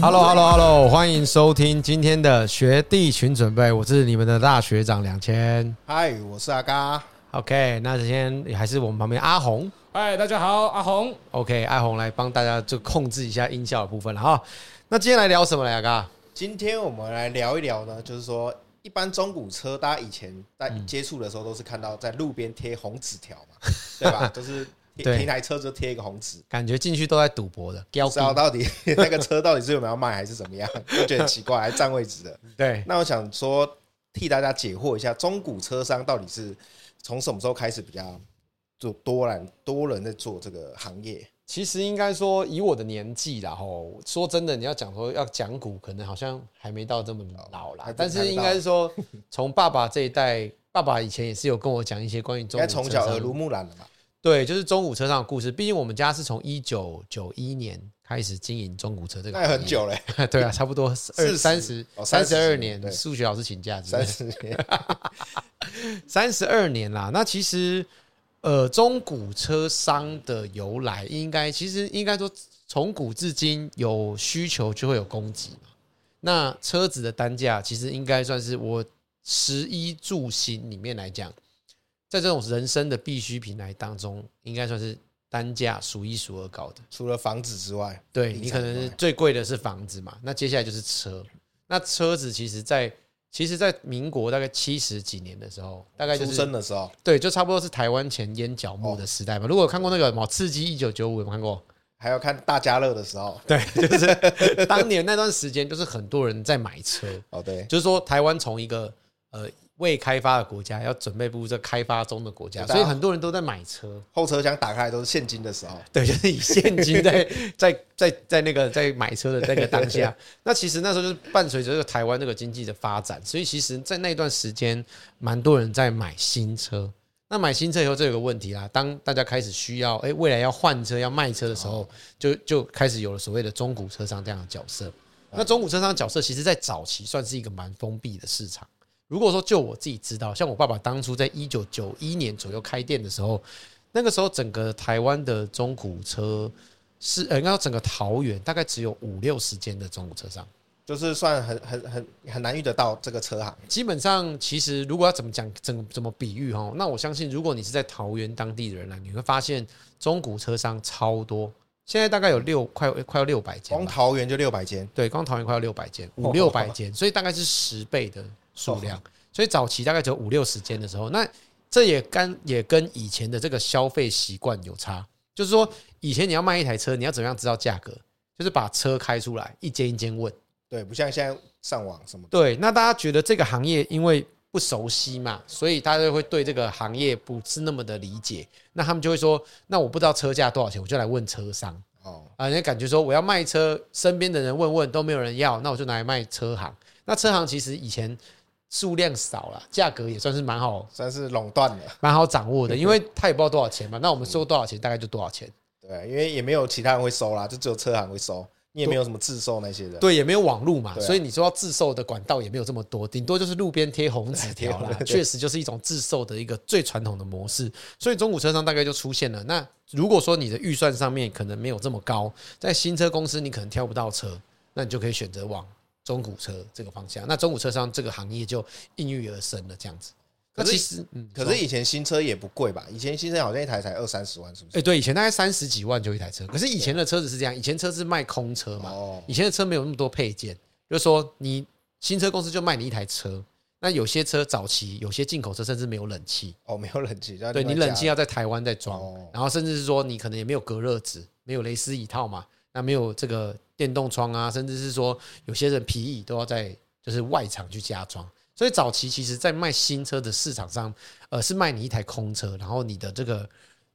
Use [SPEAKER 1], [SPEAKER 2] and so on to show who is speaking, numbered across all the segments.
[SPEAKER 1] Hello Hello Hello，欢迎收听今天的学弟群准备，我是你们的大学长两千。
[SPEAKER 2] 嗨，我是阿嘎。
[SPEAKER 1] OK，那今天还是我们旁边阿红。
[SPEAKER 3] 嗨，大家好，阿红，
[SPEAKER 1] OK，阿红来帮大家就控制一下音效的部分了哈。那今天来聊什么来呀？
[SPEAKER 2] 今天我们来聊一聊呢，就是说，一般中古车，大家以前在接触的时候都是看到在路边贴红纸条嘛，对吧？就是
[SPEAKER 1] 对
[SPEAKER 2] 贴一台车就贴一个红纸，
[SPEAKER 1] 感觉进去都在赌博的，
[SPEAKER 2] 不知道到底 那个车到底是有没有要卖还是怎么样， 就觉得很奇怪，还占位置的。
[SPEAKER 1] 对，
[SPEAKER 2] 那我想说，替大家解惑一下，中古车商到底是从什么时候开始比较做多人多人在做这个行业？
[SPEAKER 1] 其实应该说，以我的年纪啦，吼，说真的，你要讲说要讲股，可能好像还没到这么老啦
[SPEAKER 2] 还。
[SPEAKER 1] 但
[SPEAKER 2] 还
[SPEAKER 1] 是
[SPEAKER 2] 没到
[SPEAKER 1] 应该是说，从爸爸这一代，爸爸以前也是有跟我讲一些关于
[SPEAKER 2] 应
[SPEAKER 1] 中
[SPEAKER 2] 该
[SPEAKER 1] 古
[SPEAKER 2] 从
[SPEAKER 1] 车
[SPEAKER 2] 小
[SPEAKER 1] 上
[SPEAKER 2] 耳濡目染了吧？
[SPEAKER 1] 对，就是中古车上的故事。毕竟我们家是从一九九一年开始经营中古车这个，
[SPEAKER 2] 那也很，久嘞、
[SPEAKER 1] 对啊，差不多二
[SPEAKER 2] 40
[SPEAKER 1] 三十
[SPEAKER 2] 哦
[SPEAKER 1] 三十二
[SPEAKER 2] 32
[SPEAKER 1] 年，
[SPEAKER 2] 对
[SPEAKER 1] 数学老师请假之类
[SPEAKER 2] 三
[SPEAKER 1] 的，
[SPEAKER 2] 十年。
[SPEAKER 1] 三十二年啦。那其实，呃，中古车商的由来，应该其实应该说，从古至今有需求就会有供给嘛。那车子的单价其实应该算是我十一住行里面来讲，在这种人生的必需品来当中，应该算是单价数一数二高的。
[SPEAKER 2] 除了房子之外，
[SPEAKER 1] 对
[SPEAKER 2] 地
[SPEAKER 1] 你可
[SPEAKER 2] 产之
[SPEAKER 1] 能
[SPEAKER 2] 外
[SPEAKER 1] 最贵的是房子嘛，那接下来就是车。那车子其实在，其实，在民国大概七十几年的时候，大概就
[SPEAKER 2] 出
[SPEAKER 1] 是
[SPEAKER 2] 生的时候，
[SPEAKER 1] 对，就差不多是台湾前烟角木的时代嘛。如果有看过那个什么《刺激一九九五》，有没有看过？
[SPEAKER 2] 还要看大家乐的时候，
[SPEAKER 1] 对，就是当年那段时间，就是很多人在买车，
[SPEAKER 2] 哦对，
[SPEAKER 1] 就是说台湾从一个呃未开发的国家，要准备步入这开发中的国家，
[SPEAKER 2] 对
[SPEAKER 1] 所以
[SPEAKER 2] 大家
[SPEAKER 1] 很多人都在买车。
[SPEAKER 2] 后车厢打开都是现金的时候，
[SPEAKER 1] 对，就是以现金在在在在那个在买车的那个当下，那其实那时候就是伴随着这个台湾这个经济的发展，所以其实，在那段时间，蛮多人在买新车。那买新车以后，这有个问题啦，当大家开始需要，哎、未来要换车、要卖车的时候，就就开始有了所谓的中古车商这样的角色。那中古车商的角色，其实在早期算是一个蛮封闭的市场。如果说就我自己知道，像我爸爸当初在一九九一年左右开店的时候，那个时候整个台湾的中古车是，呃，应该说整个桃园大概只有五六十间的中古车商。
[SPEAKER 2] 就是算很很很很难遇得到这个车行，
[SPEAKER 1] 基本上，其实如果要怎么讲，怎怎么比喻哈，那我相信，如果你是在桃园当地的人呢，你会发现中古车商超多，现在大概有六快快要六百间
[SPEAKER 2] 光
[SPEAKER 1] 吧，
[SPEAKER 2] 桃园就六百间，
[SPEAKER 1] 对，光桃园快要六百间，
[SPEAKER 2] 哦
[SPEAKER 1] 五六百间，所以大概是十倍的数量。所以早期大概只有五六十间的时候，那这也跟也跟以前的这个消费习惯有差。就是说，以前你要卖一台车，你要怎么样知道价格？就是把车开出来，一间一间问。
[SPEAKER 2] 对，不像现在上网什么的，
[SPEAKER 1] 对，那大家觉得这个行业因为不熟悉嘛，所以大家会对这个行业不是那么的理解。那他们就会说，那我不知道车价多少钱，我就来问车商
[SPEAKER 2] 哦，
[SPEAKER 1] 啊。人家感觉说我要卖车，身边的人问问都没有人要，那我就拿来卖车行。那车行其实以前数量少了，价格也算是蛮好
[SPEAKER 2] 算是垄断了，
[SPEAKER 1] 蛮好掌握的，因为他也不知道多少钱嘛。那我们说多少钱，大概就多少钱。
[SPEAKER 2] 对，因为也没有其他人会收啦，就只有车行会收，你也没有什么自售那些的，
[SPEAKER 1] 对，也没有网路嘛，
[SPEAKER 2] 对啊
[SPEAKER 1] 所以你说要自售的管道也没有这么多，顶多就是路边贴红纸
[SPEAKER 2] 哎
[SPEAKER 1] 条啦，确实就是一种自售的一个最传统的模式。所以中古车商大概就出现了。那如果说你的预算上面可能没有这么高，在新车公司你可能挑不到车，那你就可以选择往中古车这个方向。那中古车商这个行业就应运而生了，这样子。那
[SPEAKER 2] 可是
[SPEAKER 1] 其实，嗯，
[SPEAKER 2] 可是以前新车也不贵吧？以前新车好像一台才二三十万，是不
[SPEAKER 1] 哎、
[SPEAKER 2] 是？
[SPEAKER 1] 对，以前大概三十几万就一台车，可是以
[SPEAKER 2] 啊
[SPEAKER 1] 前的车子是这样，以前车是卖空车嘛，
[SPEAKER 2] 哦
[SPEAKER 1] 以前的车没有那么多配件，就是说你新车公司就卖你一台车，那有些车早期有些进口车甚至没有冷气，
[SPEAKER 2] 哦，没有冷气，
[SPEAKER 1] 对你冷气
[SPEAKER 2] 啊，
[SPEAKER 1] 要在台湾再装，
[SPEAKER 2] 哦
[SPEAKER 1] 然后甚至是说你可能也没有隔热纸，没有蕾丝椅套嘛，那没有这个电动窗啊，甚至是说有些人皮椅都要在就是外厂去加装。所以早期其实，在卖新车的市场上，呃，是卖你一台空车，然后你的这个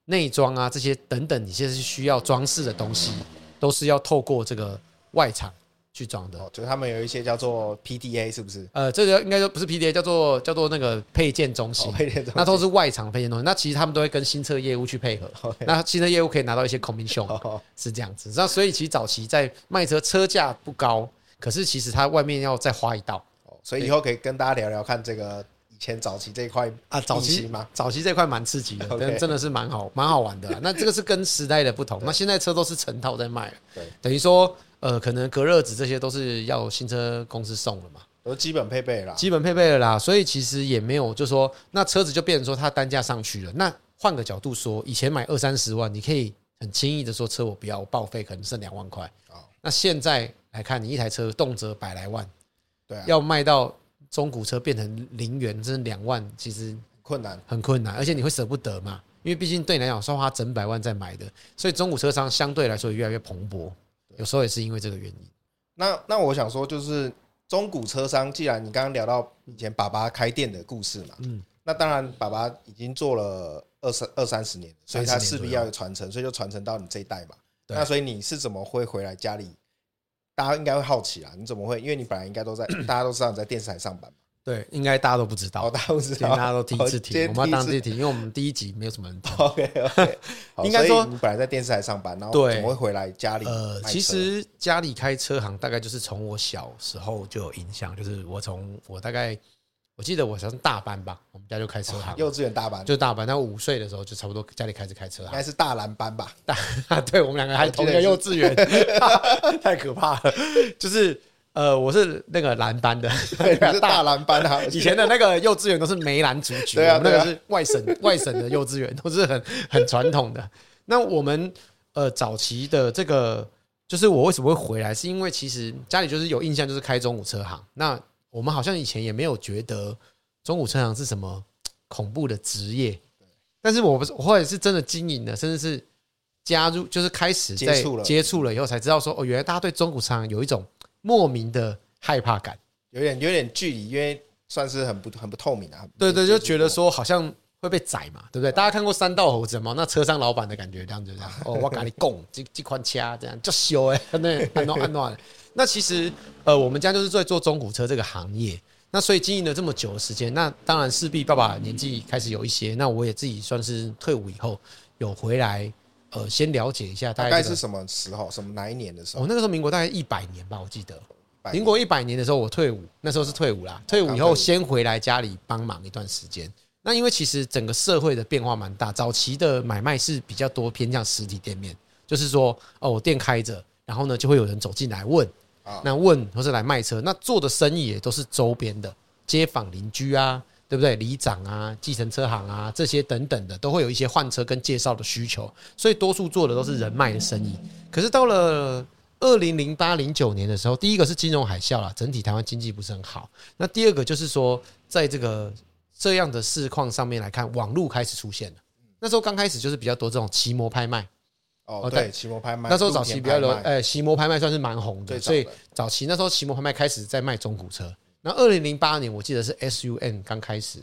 [SPEAKER 1] 内装啊，这些等等，你现在是需要装饰的东西，都是要透过这个外厂去装的。
[SPEAKER 2] 哦，就是他们有一些叫做 PDA，是不是？
[SPEAKER 1] 呃，这个应该说不是 PDA，叫做叫做那个配件中心，
[SPEAKER 2] 哦配件中心
[SPEAKER 1] 那都是外厂配件中心。那其实他们都会跟新车业务去配合
[SPEAKER 2] OK
[SPEAKER 1] 那新车业务可以拿到一些 commission，、
[SPEAKER 2] 哦，
[SPEAKER 1] 是这样子。那所以其实早期在卖车，车价不高，可是其实它外面要再花一道
[SPEAKER 2] 哦所以以后可以跟大家聊聊看这个以前早期这一块
[SPEAKER 1] 啊。早
[SPEAKER 2] 疫
[SPEAKER 1] 期
[SPEAKER 2] 情吗？
[SPEAKER 1] 早期这块蛮刺激的，
[SPEAKER 2] OK
[SPEAKER 1] 真真的啊是蛮好蛮好玩的啦。那这个是跟时代的不同，那现在车都是成套在卖了
[SPEAKER 2] 对，
[SPEAKER 1] 等于说呃，可能隔热纸这些都是要新车公司送了嘛，
[SPEAKER 2] 都是基本配备啦。
[SPEAKER 1] 基本配备了啦，所以其实也没有就说那车子就变成说它单价上去了。那换个角度说，以前买二三十万，你可以很轻易的说车我不要，我报废可能剩两万块
[SPEAKER 2] 哦。
[SPEAKER 1] 那现在来看，你一台车动辄百来万，
[SPEAKER 2] 对啊，
[SPEAKER 1] 要卖到中古车变成零元，甚至两万，其实
[SPEAKER 2] 困难
[SPEAKER 1] 很困难，而且你会舍不得嘛，因为毕竟对你来讲是花整百万在买的，所以中古车商相对来说也越来越蓬勃，有时候也是因为这个原因。
[SPEAKER 2] 那那我想说，就是中古车商，既然你刚刚聊到以前爸爸开店的故事嘛，
[SPEAKER 1] 嗯
[SPEAKER 2] 嗯，那当然爸爸已经做了二三二三十年，所以他
[SPEAKER 1] 30年
[SPEAKER 2] 势必
[SPEAKER 1] 左右
[SPEAKER 2] 要有传承，所以就传承到你这一代嘛。
[SPEAKER 1] 对
[SPEAKER 2] 那所以你是怎么会回来家里？大家应该会好奇啦，你怎么会？因为你本来应该都在， 大家都知道你在电视台上班嘛，
[SPEAKER 1] 对，应该大家都不知
[SPEAKER 2] 哦，
[SPEAKER 1] 道，
[SPEAKER 2] 大家 都知
[SPEAKER 1] 今天
[SPEAKER 2] 道，哦
[SPEAKER 1] 大家都第一次 提，我们要当第一
[SPEAKER 2] 地。
[SPEAKER 1] 题，因为我们第一集没有什么人 听。
[SPEAKER 2] OK OK，
[SPEAKER 1] 应该说
[SPEAKER 2] 你本来在电视台上班，然后
[SPEAKER 1] 对
[SPEAKER 2] 怎么会回来家里卖车？
[SPEAKER 1] 呃，其实家里开车行大概就是从我小时候就有影响，就是我从我大概我记得我好像大班吧，我们家就开车行，
[SPEAKER 2] 幼稚园大班
[SPEAKER 1] 就大班，那我五岁的时候就差不多家里开始开车
[SPEAKER 2] 应
[SPEAKER 1] 行
[SPEAKER 2] 该。是大蓝 班吧？
[SPEAKER 1] 啊，对我们两个还同一个幼稚园， 太可怕了。就是呃，我是那个蓝班的，
[SPEAKER 2] 对，你 是大蓝班啊，
[SPEAKER 1] 以前的那个幼稚园都是梅兰竹菊，
[SPEAKER 2] 对啊
[SPEAKER 1] 我们那
[SPEAKER 2] 对
[SPEAKER 1] 个
[SPEAKER 2] 啊
[SPEAKER 1] 是外省外省的幼稚园，都是很很传统的。那我们呃早期的这个，就是我为什么会回来，是因为其实家里就是有印象，就是开中午车行。那我们好像以前也没有觉得中午车行是什么恐怖的职业，但是我不是，我后来是真的经营了，甚至是加入，就是开始在
[SPEAKER 2] 接触了
[SPEAKER 1] 接触了以后才知道说，哦，原来大家对中古车行有一种莫名的害怕感。
[SPEAKER 2] 有点有点距离，因为算是很不很不透明啊。
[SPEAKER 1] 对对，
[SPEAKER 2] 没
[SPEAKER 1] 就
[SPEAKER 2] 有接触
[SPEAKER 1] 觉
[SPEAKER 2] 过
[SPEAKER 1] 得说好像会被宰嘛，对不对？大家看过《三道猴子》吗？那车商老板的感觉，这 样就这样，哦，我跟你供这这款车这样就修哎，那安暖安暖。 那其实呃，我们家就是在做中古车这个行业，那所以经营了这么久的时间，那当然势必爸爸年纪开始有一些，那我也自己算是退伍以后有回来，呃，先了解一下大概
[SPEAKER 2] 大
[SPEAKER 1] 哦
[SPEAKER 2] 概
[SPEAKER 1] 这个
[SPEAKER 2] 是。什么时候，什么哪一年的时
[SPEAKER 1] 我、
[SPEAKER 2] 候？
[SPEAKER 1] 那个时候民国大概一百年吧，我记得。
[SPEAKER 2] 百哦
[SPEAKER 1] 民国一百年的时候，我退伍，那时候是退伍啦。退伍以
[SPEAKER 2] 刚退
[SPEAKER 1] 后，
[SPEAKER 2] 伍
[SPEAKER 1] 先回来家里帮忙一段时间。那因为其实整个社会的变化蛮大，早期的买卖是比较多偏向实体店面，就是说哦，我店开着，然后呢就会有人走进来问
[SPEAKER 2] 啊，
[SPEAKER 1] 那问或是来卖车，那做的生意也都是周边的街坊邻居啊，对不对？里长啊、计程车行啊这些等等的，都会有一些换车跟介绍的需求，所以多数做的都是人脉的生意。可是到了二零零八零九年的时候，第一个是金融海啸啦，整体台湾经济不是很好。那第二个就是说，在这个这样的市况上面来看，网络开始出现了。那时候刚开始就是比较多这种骑摩拍卖，
[SPEAKER 2] 哦，
[SPEAKER 1] 哦
[SPEAKER 2] 对，
[SPEAKER 1] 对
[SPEAKER 2] 骑摩拍卖，
[SPEAKER 1] 那时候早期比较流
[SPEAKER 2] 露天拍卖
[SPEAKER 1] 呃骑摩拍卖算是蛮红的，
[SPEAKER 2] 最
[SPEAKER 1] 所以
[SPEAKER 2] 早的
[SPEAKER 1] 早期那时候骑摩拍卖开始在卖中古车。那二零零八年我记得是 SUN 刚开始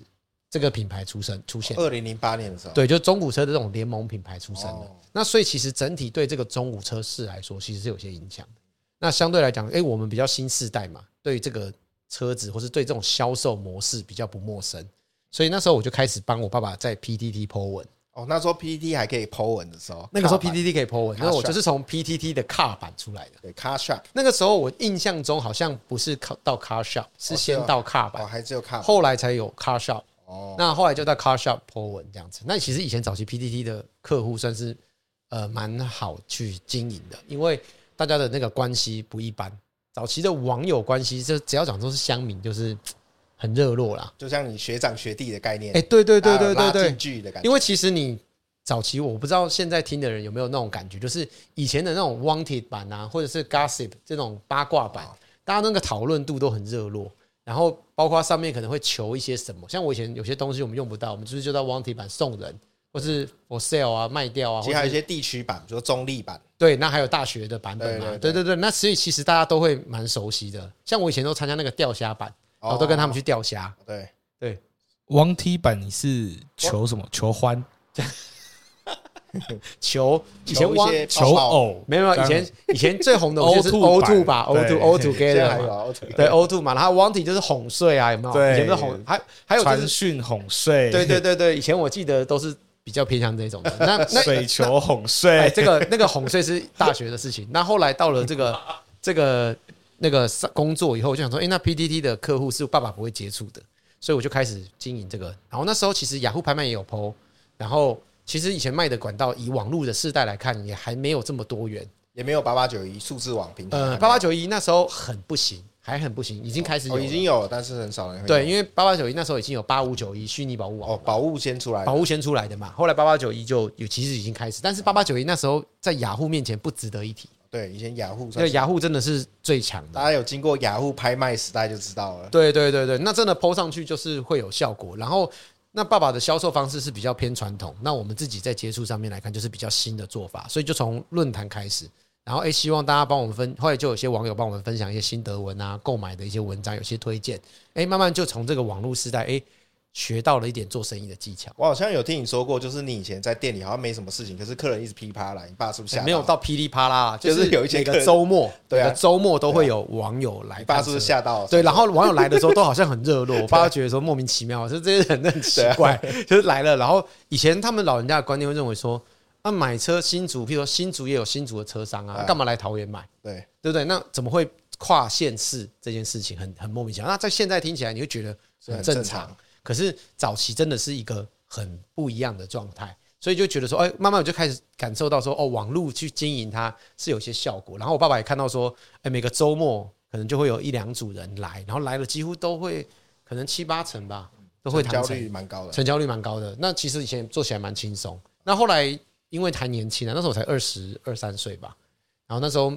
[SPEAKER 1] 这个品牌出生出现，
[SPEAKER 2] 二零零八年的时候，
[SPEAKER 1] 对，就是中古车的这种联盟品牌出身的。
[SPEAKER 2] 哦
[SPEAKER 1] 那所以其实整体对这个中古车市来说，其实是有些影响的。那相对来讲，诶，我们比较新世代嘛，对这个车子或是对这种销售模式比较不陌生，所以那时候我就开始帮我爸爸在 PTT 剖文。
[SPEAKER 2] 哦，那时候 PPT 还可以 Po 文的时候，
[SPEAKER 1] 那个时候
[SPEAKER 2] 卡板
[SPEAKER 1] PTT 可以剖文，啊
[SPEAKER 2] 卡
[SPEAKER 1] 那我
[SPEAKER 2] 帅
[SPEAKER 1] 就是从 PTT 的 car 版出来的。
[SPEAKER 2] 对 Car Shop
[SPEAKER 1] 那个时候我印象中好像不是靠到 car shop，是
[SPEAKER 2] 哦
[SPEAKER 1] 先
[SPEAKER 2] 是啊
[SPEAKER 1] 到 car 版
[SPEAKER 2] 哦，，还只有 Car
[SPEAKER 1] 后来才有 car shop。
[SPEAKER 2] 哦，
[SPEAKER 1] 那后来就在 Car Shop 破文这样子。那其实以前早期 PTT 的客户算是呃蛮好去经营的，因为大家的那个关系不一般。早期的网友关系，就只要讲都是乡民，就是嘖很热络啦。
[SPEAKER 2] 就像你学长学弟的概念，
[SPEAKER 1] 哎、对对对对对
[SPEAKER 2] 拉拉近
[SPEAKER 1] 对，
[SPEAKER 2] 距离的感觉，
[SPEAKER 1] 因为其实你早期我不知道现在听的人有没有那种感觉，就是以前的那种 Wanted 版啊，或者是 Gossip 这种八卦版，
[SPEAKER 2] 啊
[SPEAKER 1] 大家那个讨论度都很热络。然后包括上面可能会求一些什么，像我以前有些东西我们用不到，我们就是就到 Wanted 版送人，或是 for sale 啊卖掉啊，
[SPEAKER 2] 其
[SPEAKER 1] 或
[SPEAKER 2] 实还有一
[SPEAKER 1] 者
[SPEAKER 2] 些地区版，比如说中立版，
[SPEAKER 1] 对，那还有大学的版本嘛，啊对
[SPEAKER 2] 对对对
[SPEAKER 1] 对对，那所以其实大家都会蛮熟悉的。像我以前都参加那个钓虾版，
[SPEAKER 2] 哦
[SPEAKER 1] 然后都跟他们去钓虾，
[SPEAKER 2] 对，
[SPEAKER 3] 王梯版你是求什么？求欢？
[SPEAKER 1] 哦求以前
[SPEAKER 2] 求一
[SPEAKER 1] Wan-
[SPEAKER 2] 些
[SPEAKER 3] 求偶？
[SPEAKER 1] 没有，没有以
[SPEAKER 3] 当然
[SPEAKER 1] 前以前最红的我记得是 O
[SPEAKER 3] O2
[SPEAKER 1] two 吧，O
[SPEAKER 3] 版
[SPEAKER 1] two O
[SPEAKER 2] 现在
[SPEAKER 1] together
[SPEAKER 2] 还有
[SPEAKER 1] 嘛
[SPEAKER 2] 啊，OK
[SPEAKER 1] 对 O two 嘛，然后 One T 就是哄睡啊，有没有？
[SPEAKER 3] 对
[SPEAKER 1] 以前不是哄，还还有就
[SPEAKER 3] 传
[SPEAKER 1] 是，
[SPEAKER 3] 讯哄 睡，
[SPEAKER 1] 对对对对，以前我记得都是比较偏向这种的。那那
[SPEAKER 3] 水球哄
[SPEAKER 1] 哎，
[SPEAKER 3] 睡，
[SPEAKER 1] 这个那个哄睡是大学的事情，那后来到了这个这个那个上工作以后，我就想说，哎，那 PTT 的客户是爸爸不会接触的，所以我就开始经营这个。然后那时候其实雅虎拍卖也有 PO，然后其实以前卖的管道以网络的世代来看，也还没有这么多元。
[SPEAKER 2] 也没有八八九一数字网平台，嗯
[SPEAKER 1] 呃，八八九一那时候很不行，还很不行，已经开始有
[SPEAKER 2] 哦
[SPEAKER 1] 了
[SPEAKER 2] 已经有了，但是很少人会
[SPEAKER 1] 对，
[SPEAKER 2] 用
[SPEAKER 1] 因为八八九一那时候已经有八五九一虚拟宝物网
[SPEAKER 2] 哦，宝物先出来
[SPEAKER 1] 宝，物先出来的嘛，后来八八九一就有其实已经开始，但是八八九一那时候在雅虎面前不值得一提，
[SPEAKER 2] 对，以前雅虎
[SPEAKER 1] 那
[SPEAKER 2] 算是，
[SPEAKER 1] 雅虎真的是最强的
[SPEAKER 2] 大。家有经过雅虎拍卖时代就知道了。
[SPEAKER 1] 对对对对，那真的 PO 上去就是会有效果。然后，那爸爸的销售方式是比较偏传统，那我们自己在接触上面来看，就是比较新的做法，所以就从论坛开始。然后，诶，希望大家帮我们分，后来就有些网友帮我们分享一些心得文啊，购买的一些文章，有些推荐。诶，慢慢就从这个网络时代，诶，学到了一点做生意的技巧。
[SPEAKER 2] 我好像有听你说过，就是你以前在店里好像没什么事情，可是客人一直噼啪来，你爸是不是吓
[SPEAKER 1] 诶没有
[SPEAKER 2] 到？
[SPEAKER 1] 到噼里啪啦，
[SPEAKER 2] 就是
[SPEAKER 1] 是
[SPEAKER 2] 有一些
[SPEAKER 1] 每
[SPEAKER 2] 客
[SPEAKER 1] 个
[SPEAKER 2] 人
[SPEAKER 1] 周末，
[SPEAKER 2] 对啊
[SPEAKER 1] 每个周末都会有网友来
[SPEAKER 2] 你
[SPEAKER 1] 看车。
[SPEAKER 2] 爸是不是吓到 了？
[SPEAKER 1] 对，然后网友来的时候都好像很热 络，我爸觉得说莫名其妙，就这些人很奇怪， 就是来了。然后以前他们老人家的观念会认为说，啊，买车新竹，譬如说新竹也有新竹的车商啊，
[SPEAKER 2] 哎
[SPEAKER 1] 干嘛来桃园买，
[SPEAKER 2] 对，
[SPEAKER 1] 对不对？那怎么会跨县市这件事情很很莫名其妙？那在现在听起来你会觉得
[SPEAKER 2] 是
[SPEAKER 1] 很
[SPEAKER 2] 很
[SPEAKER 1] 正
[SPEAKER 2] 正
[SPEAKER 1] 常
[SPEAKER 2] 常，
[SPEAKER 1] 可是早期真的是一个很不一样的状态。所以就觉得说，哎、慢慢我就开始感受到说，哦，网络去经营它是有一些效果。然后我爸爸也看到说，哎、每个周末可能就会有一两组人来，然后来了几乎都会，可能七八成吧，都会
[SPEAKER 2] 焦
[SPEAKER 1] 谈
[SPEAKER 2] 虑
[SPEAKER 1] 成，
[SPEAKER 2] 蛮高的。
[SPEAKER 1] 成交率蛮高的。那其实以前做起来蛮轻松。那后来因为还年轻啊，那时候我才二十二三岁吧，然后那时候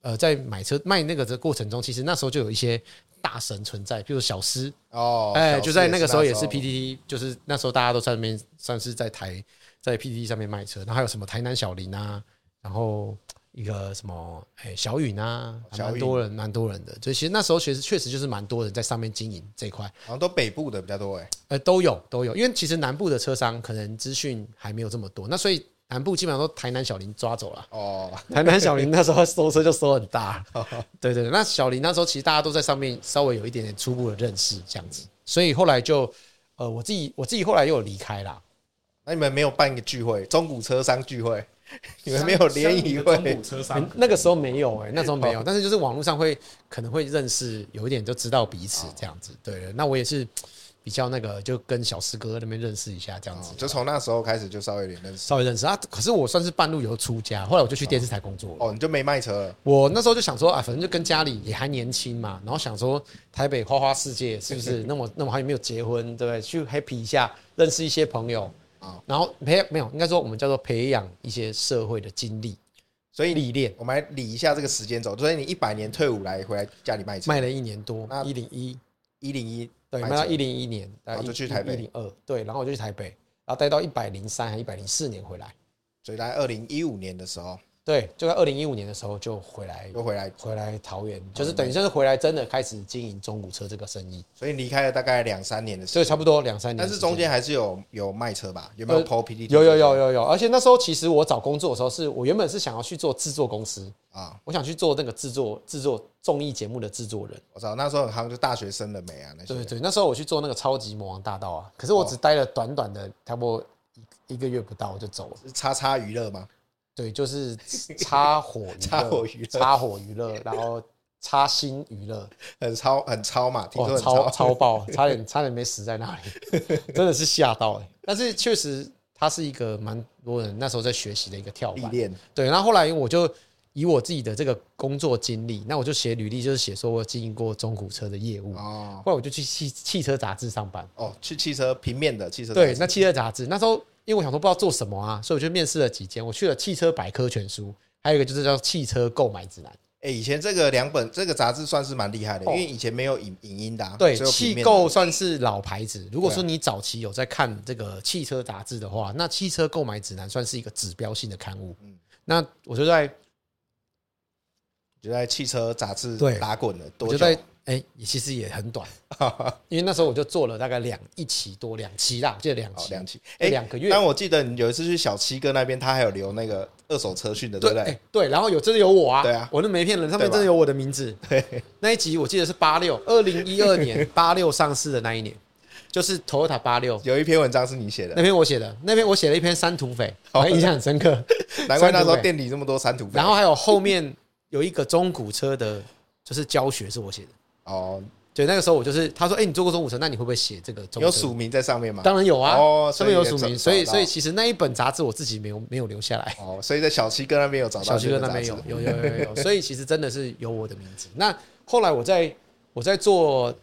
[SPEAKER 1] 呃在买车卖那个的过程中，其实那时候就有一些大神存在，譬如小施，
[SPEAKER 2] 哦，
[SPEAKER 1] 哎、
[SPEAKER 2] 小
[SPEAKER 1] 就
[SPEAKER 2] 四
[SPEAKER 1] 在那个时候也
[SPEAKER 2] 那
[SPEAKER 1] 是 PTT，就是那时候大家都在那边算是在台在 PTT 上面卖车，然后还有什么台南小林啊，然后一个什么哎、小允啊，还
[SPEAKER 2] 小
[SPEAKER 1] 蛮
[SPEAKER 2] 允
[SPEAKER 1] 多人蛮多人的，就其实那时候其实确实就是蛮多人在上面经营这一块，
[SPEAKER 2] 好像哦都北部的比较多哎。
[SPEAKER 1] 呃，都有都有，因为其实南部的车商可能资讯还没有这么多，那所以南部基本上都台南小林抓走了。
[SPEAKER 2] 哦，
[SPEAKER 1] 台南小林那时候收车就收很大，对对，对那小林那时候其实大家都在上面稍微有一点点初步的认识这样子，所以后来就呃我自己我自己后来又有离开啦，
[SPEAKER 2] 那你们没有办一个聚会，中古车商聚会， 你们没有联谊会，
[SPEAKER 3] 车
[SPEAKER 1] 嗯那个时候没有哎、那时候
[SPEAKER 2] 哦
[SPEAKER 1] 没有，但是就是网络上会可能会认识，有一点就知道彼此这样子，对对，那我也是比较那个就跟小师哥那边认识一下这样子
[SPEAKER 2] 哦，就从那时候开始就稍微有点认识。
[SPEAKER 1] 稍微认识啊，可是我算是半路有出家，后来我就去电视台工作了。
[SPEAKER 2] 哦，你就没卖车了，
[SPEAKER 1] 我那时候就想说啊，反正就跟家里也还年轻嘛，然后想说台北花花世界是不 是？那么那么还没有结婚，对不对？去 happy 一下，认识一些朋友啊
[SPEAKER 2] 好
[SPEAKER 1] 然后培没有，应该说我们叫做培养一些社会的经历
[SPEAKER 2] 所以你
[SPEAKER 1] 历练，
[SPEAKER 2] 我们来理一下这个时间轴，所以你一百年退伍来回来家里卖车，
[SPEAKER 1] 卖了一年多，
[SPEAKER 2] 那
[SPEAKER 1] 一零一
[SPEAKER 2] 一零一，
[SPEAKER 1] 对，卖
[SPEAKER 2] 卖
[SPEAKER 1] 到
[SPEAKER 2] 车
[SPEAKER 1] 一零一年，
[SPEAKER 2] 然后就去台北
[SPEAKER 1] 一零二对，然后我就去台北，然后待到一百零三还一百零四年回来，
[SPEAKER 2] 所以在二零一五年的时候
[SPEAKER 1] 对，就在二零一五年的时候就回来
[SPEAKER 2] 又回来，
[SPEAKER 1] 回来桃园，就是等于就是回来真的开始经营中古车这个生意，
[SPEAKER 2] 所以离开了大概两三年的时
[SPEAKER 1] 所以
[SPEAKER 2] 间，
[SPEAKER 1] 差不多两三年
[SPEAKER 2] 但
[SPEAKER 1] 时间，
[SPEAKER 2] 是中间还是有有卖车吧？有没有
[SPEAKER 1] 呃
[SPEAKER 2] PO PPT？
[SPEAKER 1] 有有有有有，而且那时候其实我找工作的时候是，我原本是想要去做制作公司，
[SPEAKER 2] 啊，
[SPEAKER 1] 我想去做那个制作制作综艺节目的制作人。
[SPEAKER 2] 我知道那时候很夯，就大学生了没啊那些，
[SPEAKER 1] 对对对，那时候我去做那个超级魔王大道啊，可是
[SPEAKER 2] 哦
[SPEAKER 1] 我只待了短短的差不多一一个月不到我就走了。
[SPEAKER 2] 是叉叉娱乐嘛，
[SPEAKER 1] 对， 就是插火娱乐
[SPEAKER 2] 插火娱乐
[SPEAKER 1] 插火娱乐，然后插新娱乐，
[SPEAKER 2] 很超很超嘛， 听说
[SPEAKER 1] 哇，
[SPEAKER 2] 很
[SPEAKER 1] 超 超爆，差点差点没死在那里，真的是吓到哎、但是确实，它是一个蛮多人那时候在学习的一个跳
[SPEAKER 2] 历
[SPEAKER 1] 板。
[SPEAKER 2] 练，
[SPEAKER 1] 对，然后后来我就以我自己的这个工作经历，那我就写履历，就是写说我有经营过中古车的业务。
[SPEAKER 2] 哦
[SPEAKER 1] 后来我就去汽汽车杂志上班。
[SPEAKER 2] 哦，去汽车平面的汽车
[SPEAKER 1] 对，
[SPEAKER 2] 杂
[SPEAKER 1] 那
[SPEAKER 2] 志
[SPEAKER 1] 汽车杂志那时候，因为我想说不知道做什么啊，所以我就面试了几间。我去了汽车百科全书，还有一个就是叫汽车购买指南。
[SPEAKER 2] 哎、以前这个两本这个杂志算是蛮厉害的，因为以前没有影影音的、啊，
[SPEAKER 1] 哦对，
[SPEAKER 2] 只有平
[SPEAKER 1] 汽
[SPEAKER 2] 面的
[SPEAKER 1] 购算是老牌子。如果
[SPEAKER 2] 对啊
[SPEAKER 1] 说你早期有在看这个汽车杂志的话，那汽车购买指南算是一个指标性的刊物。
[SPEAKER 2] 嗯
[SPEAKER 1] 那我就在
[SPEAKER 2] 就在汽车杂志
[SPEAKER 1] 对
[SPEAKER 2] 打滚了
[SPEAKER 1] 我
[SPEAKER 2] 多
[SPEAKER 1] 就
[SPEAKER 2] 久
[SPEAKER 1] 在？哎、也其实也很 短，因为那时候我就做了大概两一期多两期啦，我记得两
[SPEAKER 2] 哦
[SPEAKER 1] 期，，
[SPEAKER 2] 两期，
[SPEAKER 1] 哎
[SPEAKER 2] 哎、
[SPEAKER 1] 两个月
[SPEAKER 2] 但我记得你有一次去小七哥那边，他还有留那个二手车讯的，对
[SPEAKER 1] 对
[SPEAKER 2] 不对？
[SPEAKER 1] 哎对，然后有真的有我啊，
[SPEAKER 2] 对啊
[SPEAKER 1] 我那没骗人，上
[SPEAKER 2] 对
[SPEAKER 1] 面
[SPEAKER 2] 吧
[SPEAKER 1] 真的有我的名字。
[SPEAKER 2] 对，
[SPEAKER 1] 那一集我记得是八六，二零一二年八六上市的那一年，就是 Toyota 八六。
[SPEAKER 2] 有一篇文章是你写
[SPEAKER 1] 那
[SPEAKER 2] 的，
[SPEAKER 1] 篇我写的，那篇我写了一篇三土匪，我
[SPEAKER 2] 哦
[SPEAKER 1] 还印象很深 刻。
[SPEAKER 2] 难怪那时
[SPEAKER 1] 三
[SPEAKER 2] 候
[SPEAKER 1] 土匪
[SPEAKER 2] 店里这么多删图。
[SPEAKER 1] 然后还有后面有一个中古车的，就是教学是我写的。
[SPEAKER 2] 哦，
[SPEAKER 1] 对，那个时候我就是他说，哎、你做过中古车，那你会不会写这个中古车
[SPEAKER 2] 有署名在上面吗？
[SPEAKER 1] 当然有啊，
[SPEAKER 2] 哦
[SPEAKER 1] 上面有
[SPEAKER 2] 所
[SPEAKER 1] 署
[SPEAKER 2] 以也
[SPEAKER 1] 名，
[SPEAKER 2] 找
[SPEAKER 1] 所以
[SPEAKER 2] 找到
[SPEAKER 1] 所以其实那一本杂志我自己没有没有留下来，
[SPEAKER 2] 哦，所以在小七哥那边有找到
[SPEAKER 1] 小徐
[SPEAKER 2] 这
[SPEAKER 1] 哥那
[SPEAKER 2] 个杂
[SPEAKER 1] 边
[SPEAKER 2] 志
[SPEAKER 1] 有有有有有有，所以其实真的是有我的名字。那后来我在我在做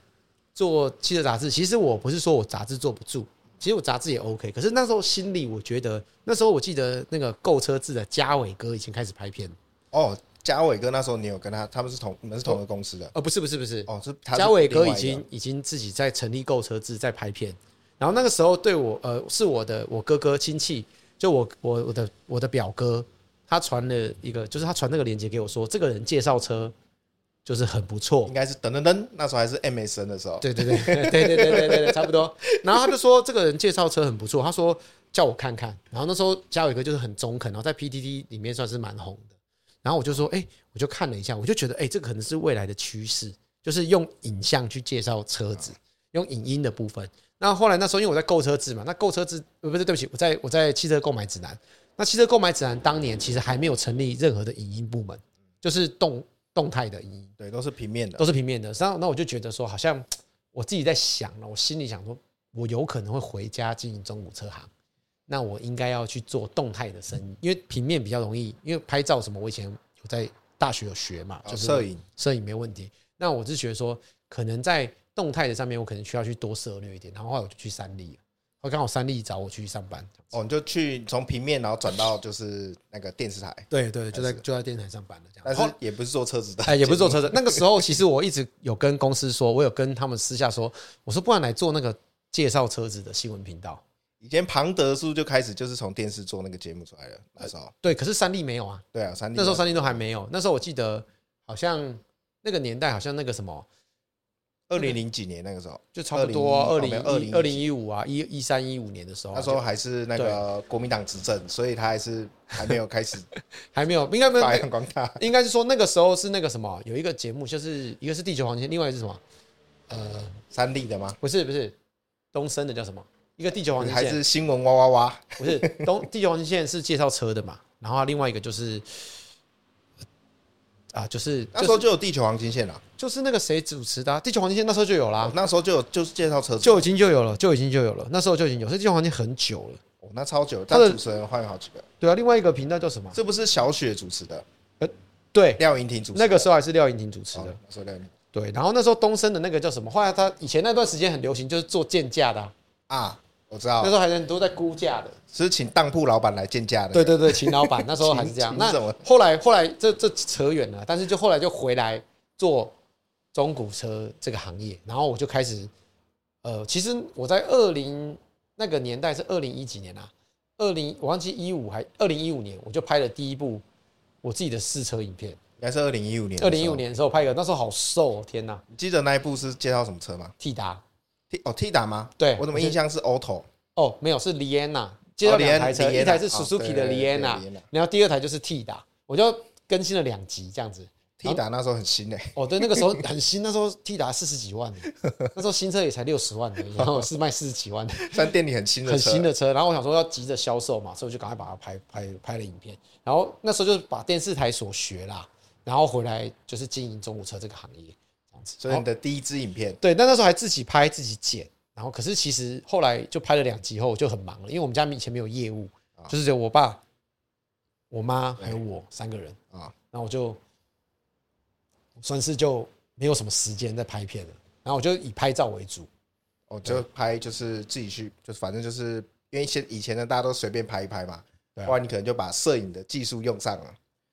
[SPEAKER 1] 做汽车杂志，其实我不是说我杂志做不住，其实我杂志也 OK，可是那时候心里我觉得，那时候我记得那个购车志的嘉伟哥已经开始拍片了，
[SPEAKER 2] 哦，嘉伟哥那时候你有跟他，他们是同你们是同一个公司的
[SPEAKER 1] 呃，不是不是不是，
[SPEAKER 2] 哦，是他是
[SPEAKER 1] 嘉伟哥已
[SPEAKER 2] 另外一个
[SPEAKER 1] 经已经自己在成立购车制，在拍片。然后那个时候对我，呃，是我的我哥哥亲戚，就我我我的我的表哥，他传了一个，就是他传那个链接给我说，这个人介绍车就是很不错
[SPEAKER 2] 应。该是噔噔噔，那时候还是 MSN 的时候，
[SPEAKER 1] 对对 对对对对对对对，差不多。然后他就说这个人介绍车很不错，他说叫我看看。然后那时候嘉伟哥就是很中肯，然后在 PTT 里面算是蛮红的。然后我就说，哎、我就看了一下，我就觉得，哎、这个可能是未来的趋势，就是用影像去介绍车子，用影音的部分。那后来那时候因为我在购车志嘛，那购车志呃不是对不起，我在我在汽车购买指南。那汽车购买指南当年其实还没有成立任何的影音部门，就是动动态的影音。
[SPEAKER 2] 对，都是平面的，
[SPEAKER 1] 都是平面的。然后那我就觉得说，好像我自己在想了，我心里想说，我有可能会回家经营中古车行，那我应该要去做动态的生意，因为平面比较容易，因为拍照什么，我以前有在大学有学嘛，
[SPEAKER 2] 哦
[SPEAKER 1] 就是
[SPEAKER 2] 摄影
[SPEAKER 1] 摄影没问题。那我是觉得说，可能在动态的上面，我可能需要去多涉略一点。然后后来我就去三立了，后刚好三立找我去上班。
[SPEAKER 2] 哦，你就去从平面然后转到就是那个电视台，
[SPEAKER 1] 对对，就在
[SPEAKER 2] 还是
[SPEAKER 1] 就在电台上班了，这样。
[SPEAKER 2] 但
[SPEAKER 1] 后
[SPEAKER 2] 是也不是做车子的，
[SPEAKER 1] 哦 哎，也不是做车子。那个时候其实我一直有跟公司说，我有跟他们私下说，我说不然来做那个介绍车子的新闻频道。
[SPEAKER 2] 以前庞德是不是就开始就是从电视做那个节目出来了？那时候，
[SPEAKER 1] 对，可是三立没有啊，
[SPEAKER 2] 对啊，三立
[SPEAKER 1] 那时候三立都还没有。那时候我记得好像那个年代好像那个什么，
[SPEAKER 2] 二零零几年那个时候，
[SPEAKER 1] 就差不多二零
[SPEAKER 2] 2010
[SPEAKER 1] 二零一五啊，一一三一五年的时候啊，
[SPEAKER 2] 那时候还是那个国民党执政，所以他还是还没有 开始
[SPEAKER 1] 还没有，应该没有
[SPEAKER 2] 发扬光大。
[SPEAKER 1] 应该是说那个时候是那个什么，有一个节目，就是一个是地球黄金，另外一个是什么？呃，
[SPEAKER 2] 三立的吗？
[SPEAKER 1] 不是不是，东升的叫什么？一个地球黄金
[SPEAKER 2] 还
[SPEAKER 1] 线
[SPEAKER 2] 是新闻哇哇哇？
[SPEAKER 1] 不是东 地球黄金线是介绍车的嘛，然后另外一个就是啊，就是
[SPEAKER 2] 那时候
[SPEAKER 1] 就是
[SPEAKER 2] 就有地球黄金线了，
[SPEAKER 1] 就是那个谁主持的啊、地球黄金线那时候就有啦
[SPEAKER 2] 哦，那时候就有就是介绍车子，
[SPEAKER 1] 就已经就有了，就已经就有了，那时候就已经有，所以地球黄金很久了。
[SPEAKER 2] 哦那超久，
[SPEAKER 1] 他
[SPEAKER 2] 他
[SPEAKER 1] 的
[SPEAKER 2] 主持人换了好几个，
[SPEAKER 1] 对啊，另外一个频道叫什么？
[SPEAKER 2] 这不是小雪主持的，
[SPEAKER 1] 对，
[SPEAKER 2] 廖莹婷主持的，
[SPEAKER 1] 那个时候还是廖莹婷主持的
[SPEAKER 2] 哦。那时候廖莹婷
[SPEAKER 1] 对，然后那时候东升的那个叫什么？后来他以前那段时间很流行，就是做鉴价的啊、
[SPEAKER 2] 啊，我知
[SPEAKER 1] 那
[SPEAKER 2] 道
[SPEAKER 1] 时，候还很多在估价的。
[SPEAKER 2] 是请当铺老板来见价的，
[SPEAKER 1] 对对对，秦老板那时候还是 这样。
[SPEAKER 2] 秦
[SPEAKER 1] 那
[SPEAKER 2] 怎么
[SPEAKER 1] 后来后来这这扯远了，但是就后来就回来做中古车这个行业，然后我就开始，呃，其实我在二零那个年代是二零一几年啊，二零我忘记一五还二零一五年，我就拍了第一部我自己的试车影片。
[SPEAKER 2] 应该是二零一五年，
[SPEAKER 1] 二零一五，年的时候拍个，那时候好瘦、哦，天哪
[SPEAKER 2] 你记得那一部是介绍什么车吗
[SPEAKER 1] ，T 达
[SPEAKER 2] T 哦 T 打吗？
[SPEAKER 1] 对
[SPEAKER 2] 我怎么
[SPEAKER 1] 我是
[SPEAKER 2] 印象是 Auto
[SPEAKER 1] 哦，没有是 Liana，接到两台车，
[SPEAKER 2] Liana，
[SPEAKER 1] 一台是
[SPEAKER 2] 哦
[SPEAKER 1] Suzuki
[SPEAKER 2] 对
[SPEAKER 1] 的
[SPEAKER 2] 对对
[SPEAKER 1] Liana，
[SPEAKER 2] Liana
[SPEAKER 1] 然后第二台就是 T 达，我就更新了两集这样子。
[SPEAKER 2] T 打那时候很 新诶，
[SPEAKER 1] 哦，对，那个时候很新，那时候 T 达四十几 万，那时候新车也才六十万而已，然后是卖四十几万的，
[SPEAKER 2] 算店里很新的
[SPEAKER 1] 很
[SPEAKER 2] 车，
[SPEAKER 1] 新的车。然后我想说要急着销售嘛，所以我就赶快把它拍拍拍了影片。然后那时候就是把电视台所学啦，然后回来就是经营中古车这个行业，这样子。哦
[SPEAKER 2] 所以你的第一支影片
[SPEAKER 1] 对，但那时候还自己拍自己剪，然后可是其实后来就拍了两集后我就很忙了，因为我们家以前没有业务，
[SPEAKER 2] 啊
[SPEAKER 1] 就是只有我爸、我妈还有我三个人，
[SPEAKER 2] 啊，
[SPEAKER 1] 然后我就算是就没有什么时间在拍片了，然后我就以拍照为主，
[SPEAKER 2] 我哦就拍就是自己去，就是反正就是因为现以前的大家都随便拍一拍嘛，
[SPEAKER 1] 对啊
[SPEAKER 2] 不然你可能就把摄影的技术用上了，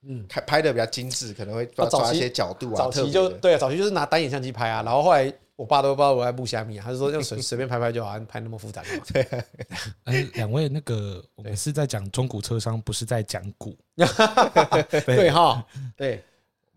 [SPEAKER 1] 嗯，
[SPEAKER 2] 拍拍的比较精致，可能会抓
[SPEAKER 1] 啊早
[SPEAKER 2] 抓
[SPEAKER 1] 期
[SPEAKER 2] 一些角度啊，
[SPEAKER 1] 早
[SPEAKER 2] 特
[SPEAKER 1] 期
[SPEAKER 2] 别
[SPEAKER 1] 就
[SPEAKER 2] 的
[SPEAKER 1] 对啊，早期就是拿单眼相机拍啊，然后后来我爸都不知道我在录虾米啊，他就说就随随便拍拍就好，拍那么复杂干嘛？
[SPEAKER 3] 哎，两位那个，我们是在讲中古车商，不是在讲 股。
[SPEAKER 1] 对哈，对，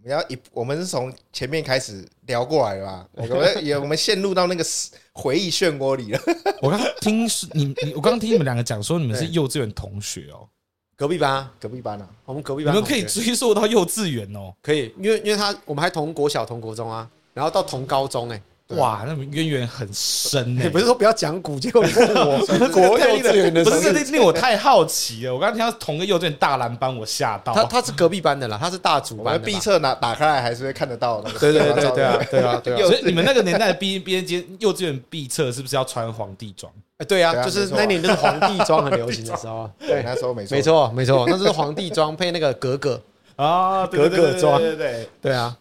[SPEAKER 2] 我们要一，我们是从前面开始聊过来的 吧？我们也我们陷入到那个回忆漩涡里 了。
[SPEAKER 3] 我刚听是你，你我刚听你们两个讲说你们是幼稚园同学哦，
[SPEAKER 1] 隔壁班啊，
[SPEAKER 2] 隔壁班啊，
[SPEAKER 1] 我们隔壁
[SPEAKER 3] 你
[SPEAKER 1] 班
[SPEAKER 3] 们
[SPEAKER 1] 同
[SPEAKER 3] 可以
[SPEAKER 1] 学
[SPEAKER 3] 追溯到幼稚园哦。
[SPEAKER 1] 可以，因为因为他我们还同国小同国中啊，然后到同高中哎、
[SPEAKER 2] 对
[SPEAKER 3] 哇，那渊源很深欸呢、
[SPEAKER 1] 你 不是说不要讲股，结果你问我
[SPEAKER 2] 国
[SPEAKER 1] 国幼稚园的
[SPEAKER 3] 不
[SPEAKER 1] 时
[SPEAKER 3] 是
[SPEAKER 1] 候，
[SPEAKER 3] 这令令我太好奇了，我刚刚听到同个幼稚园大蓝班，我吓到。
[SPEAKER 1] 他他是隔壁班的啦，他是大主
[SPEAKER 2] 我
[SPEAKER 1] 班
[SPEAKER 2] 们
[SPEAKER 1] 的
[SPEAKER 2] 闭
[SPEAKER 1] 吧。
[SPEAKER 2] 册拿打开来还是会看得到的。
[SPEAKER 1] 对对对对啊，对啊对啊！
[SPEAKER 3] 所以你们那个年代的 毕毕业阶幼稚园毕测是不是要穿皇帝装？
[SPEAKER 1] 哎对啊
[SPEAKER 2] 对，啊
[SPEAKER 1] 就是
[SPEAKER 2] 没错啊
[SPEAKER 1] 那年就是皇帝装很流行的时候啊，
[SPEAKER 2] 对，那时候没 错
[SPEAKER 1] 没，错没错，那就是皇帝装配那个格格，
[SPEAKER 3] 啊，对
[SPEAKER 1] 格格装
[SPEAKER 3] 对对对对对。
[SPEAKER 1] 对啊，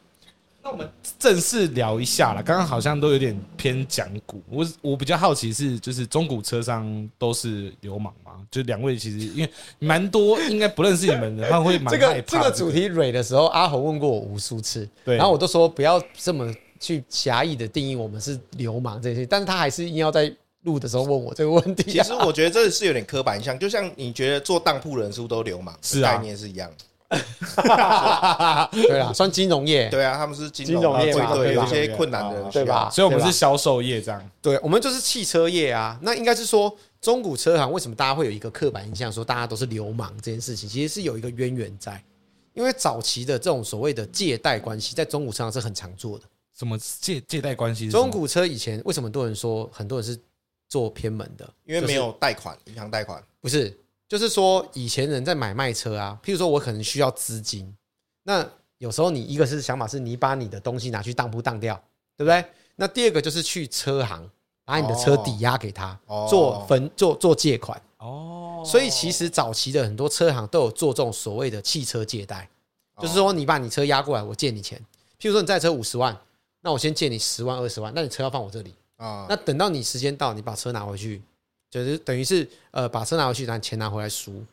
[SPEAKER 3] 那我们正式聊一下了，刚刚好像都有点偏讲古，我我比较好奇是，就是中古车商都是流氓吗？就两位其实因为蛮多应该不认识你们的，他会蛮
[SPEAKER 1] 这
[SPEAKER 3] 害
[SPEAKER 1] 个
[SPEAKER 3] 怕
[SPEAKER 1] 这
[SPEAKER 3] 的。
[SPEAKER 1] 个主题蕊的时候，阿红问过我无数次，
[SPEAKER 3] 对
[SPEAKER 1] 然后我都说不要这么去狭义的定义我们是流氓这些，但是他还是硬要在录的时候问我这个问题、
[SPEAKER 2] 其
[SPEAKER 1] 啊。
[SPEAKER 2] 实我觉得这是有点刻板印象，就像你觉得做当铺的人是不是都流氓？
[SPEAKER 3] 是啊
[SPEAKER 2] 概念是一样的。
[SPEAKER 1] 对啦，算金融业，
[SPEAKER 2] 对啊，他们是金
[SPEAKER 1] 哎金融
[SPEAKER 2] 融
[SPEAKER 1] 业
[SPEAKER 2] 会
[SPEAKER 1] 嘛
[SPEAKER 2] 对
[SPEAKER 1] 对吧
[SPEAKER 2] 有一些困难的人需
[SPEAKER 1] 对
[SPEAKER 2] 要
[SPEAKER 1] 吧？
[SPEAKER 3] 所以我们
[SPEAKER 1] 对吧
[SPEAKER 3] 是销售业这样。
[SPEAKER 1] 对，我们就是汽车业啊。那应该是说，中古车行为什么大家会有一个刻板印象，说大家都是流氓这件事情，其实是有一个渊源在。因为早期的这种所谓的借贷关系，在中古车行是很常做的。
[SPEAKER 3] 什么借借贷关系是什么？
[SPEAKER 1] 中古车以前为什么很多人说很多人是做偏门的？
[SPEAKER 2] 因为
[SPEAKER 1] 就是
[SPEAKER 2] 没有贷款，银行贷款。
[SPEAKER 1] 不是，就是说以前人在买卖车啊，譬如说我可能需要资金，那有时候你一个是想法是你把你的东西拿去当铺当掉，对不对？那第二个就是去车行把你的车抵押给他，
[SPEAKER 2] 哦
[SPEAKER 1] 做分做做借款。
[SPEAKER 3] 哦，
[SPEAKER 1] 所以其实早期的很多车行都有做这种所谓的汽车借贷，
[SPEAKER 2] 哦
[SPEAKER 1] 就是说你把你车押过来，我借你钱。譬如说你这台车五十万，那我先借你十万二十万，那你车要放我这里。
[SPEAKER 2] 啊，
[SPEAKER 1] 那等到你时间到，你把车拿回去，就是等于是呃把车拿回去，然后钱拿回来赎，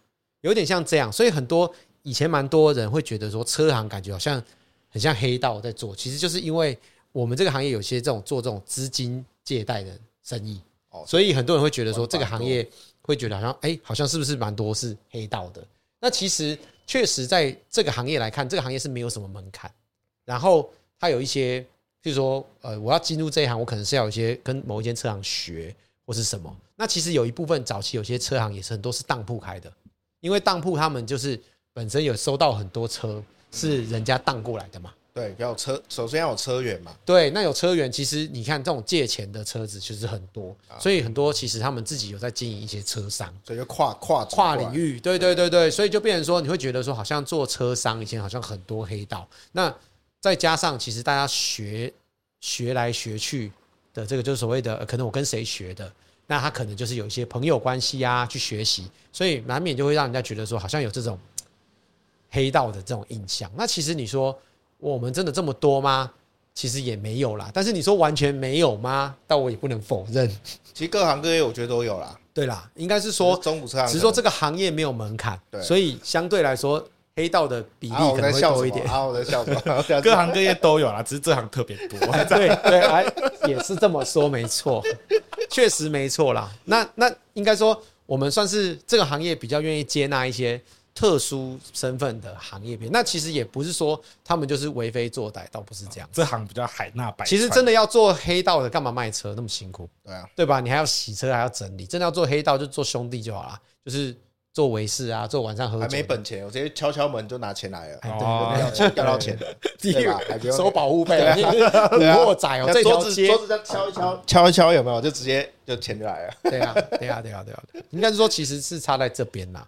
[SPEAKER 1] 有点像这样。所以很多以前蛮多人会觉得说，车行感觉好像很像黑道在做，其实就是因为我们这个行业有些这种做这种资金借贷的生意
[SPEAKER 2] 哦，
[SPEAKER 1] 所以很多人会觉得说
[SPEAKER 2] 玩法
[SPEAKER 1] 这个行业会觉得好像哎、好像是不是蛮多是黑道的？那其实确实在这个行业来看，这个行业是没有什么门槛，然后它有一些譬如说，呃，我要进入这一行，呃我可能是要有一些跟某一间车行学或是什么。那其实有一部分早期有些车行也是很多是当铺开的，因为当铺他们就是本身有收到很多车是人家当过来的嘛。
[SPEAKER 2] 对，要有车，首先要有车源嘛。
[SPEAKER 1] 对，那有车源，其实你看这种借钱的车子其实很多，所以很多其实他们自己有在经营一些车商。
[SPEAKER 2] 所以就跨跨族
[SPEAKER 1] 跨
[SPEAKER 2] 过来
[SPEAKER 1] 领域，对对对对，所以就变成说，你会觉得说，好像做车商以前好像很多黑道，那再加上其实大家学学来学去的这个就是所谓的，呃可能我跟谁学的，那他可能就是有一些朋友关系啊，去学习，所以难免就会让人家觉得说，好像有这种黑道的这种印象。那其实你说我们真的这么多吗？其实也没有啦，但是你说完全没有吗？但我也不能否认。
[SPEAKER 2] 其实各行各业我觉得都有啦。
[SPEAKER 1] 对啦，应该是
[SPEAKER 2] 说
[SPEAKER 1] 说
[SPEAKER 2] 中古车行可能，
[SPEAKER 1] 只是说这个行业没有门槛，
[SPEAKER 2] 对
[SPEAKER 1] 所以相对来说黑道的比例
[SPEAKER 2] 啊，我
[SPEAKER 1] 可
[SPEAKER 2] 在
[SPEAKER 1] 能会
[SPEAKER 2] 笑
[SPEAKER 1] 多
[SPEAKER 2] 什
[SPEAKER 1] 一
[SPEAKER 2] 么
[SPEAKER 1] 点？。
[SPEAKER 2] 啊，我在笑 什么？
[SPEAKER 3] 各行各业都有啦，只是这行特别多。
[SPEAKER 1] 对对，哎，也是这么说，没 错，确实没错啦。那那应该说，我们算是这个行业比较愿意接纳一些特殊身份的行业片。那其实也不是说他们就是为非作歹，倒不是这
[SPEAKER 2] 啊
[SPEAKER 1] 样。
[SPEAKER 3] 这行比较海纳百川。
[SPEAKER 1] 其实真的要做黑道的，干嘛卖车那么辛苦？
[SPEAKER 2] 对啊，
[SPEAKER 1] 对吧？你还要洗车，还要整理，真的要做黑道就做兄弟就好啦，就是做维士啊，做晚上喝酒
[SPEAKER 2] 还
[SPEAKER 1] 的。
[SPEAKER 2] 没本钱，我直接敲敲门就拿钱来
[SPEAKER 1] 哎
[SPEAKER 2] 了，
[SPEAKER 3] 哦
[SPEAKER 2] 要钱要到 钱，
[SPEAKER 1] 第
[SPEAKER 2] 对吧？哎还不用
[SPEAKER 1] 收保护费，你
[SPEAKER 2] 对啊
[SPEAKER 1] 古惑仔哦，这条
[SPEAKER 2] 桌子
[SPEAKER 1] 街
[SPEAKER 2] 桌，子这样敲一敲，敲一敲有没有？就直接就钱就来了。
[SPEAKER 1] 对啊，对啊，对啊，对啊，对啊应该是说其实是差在这边啦。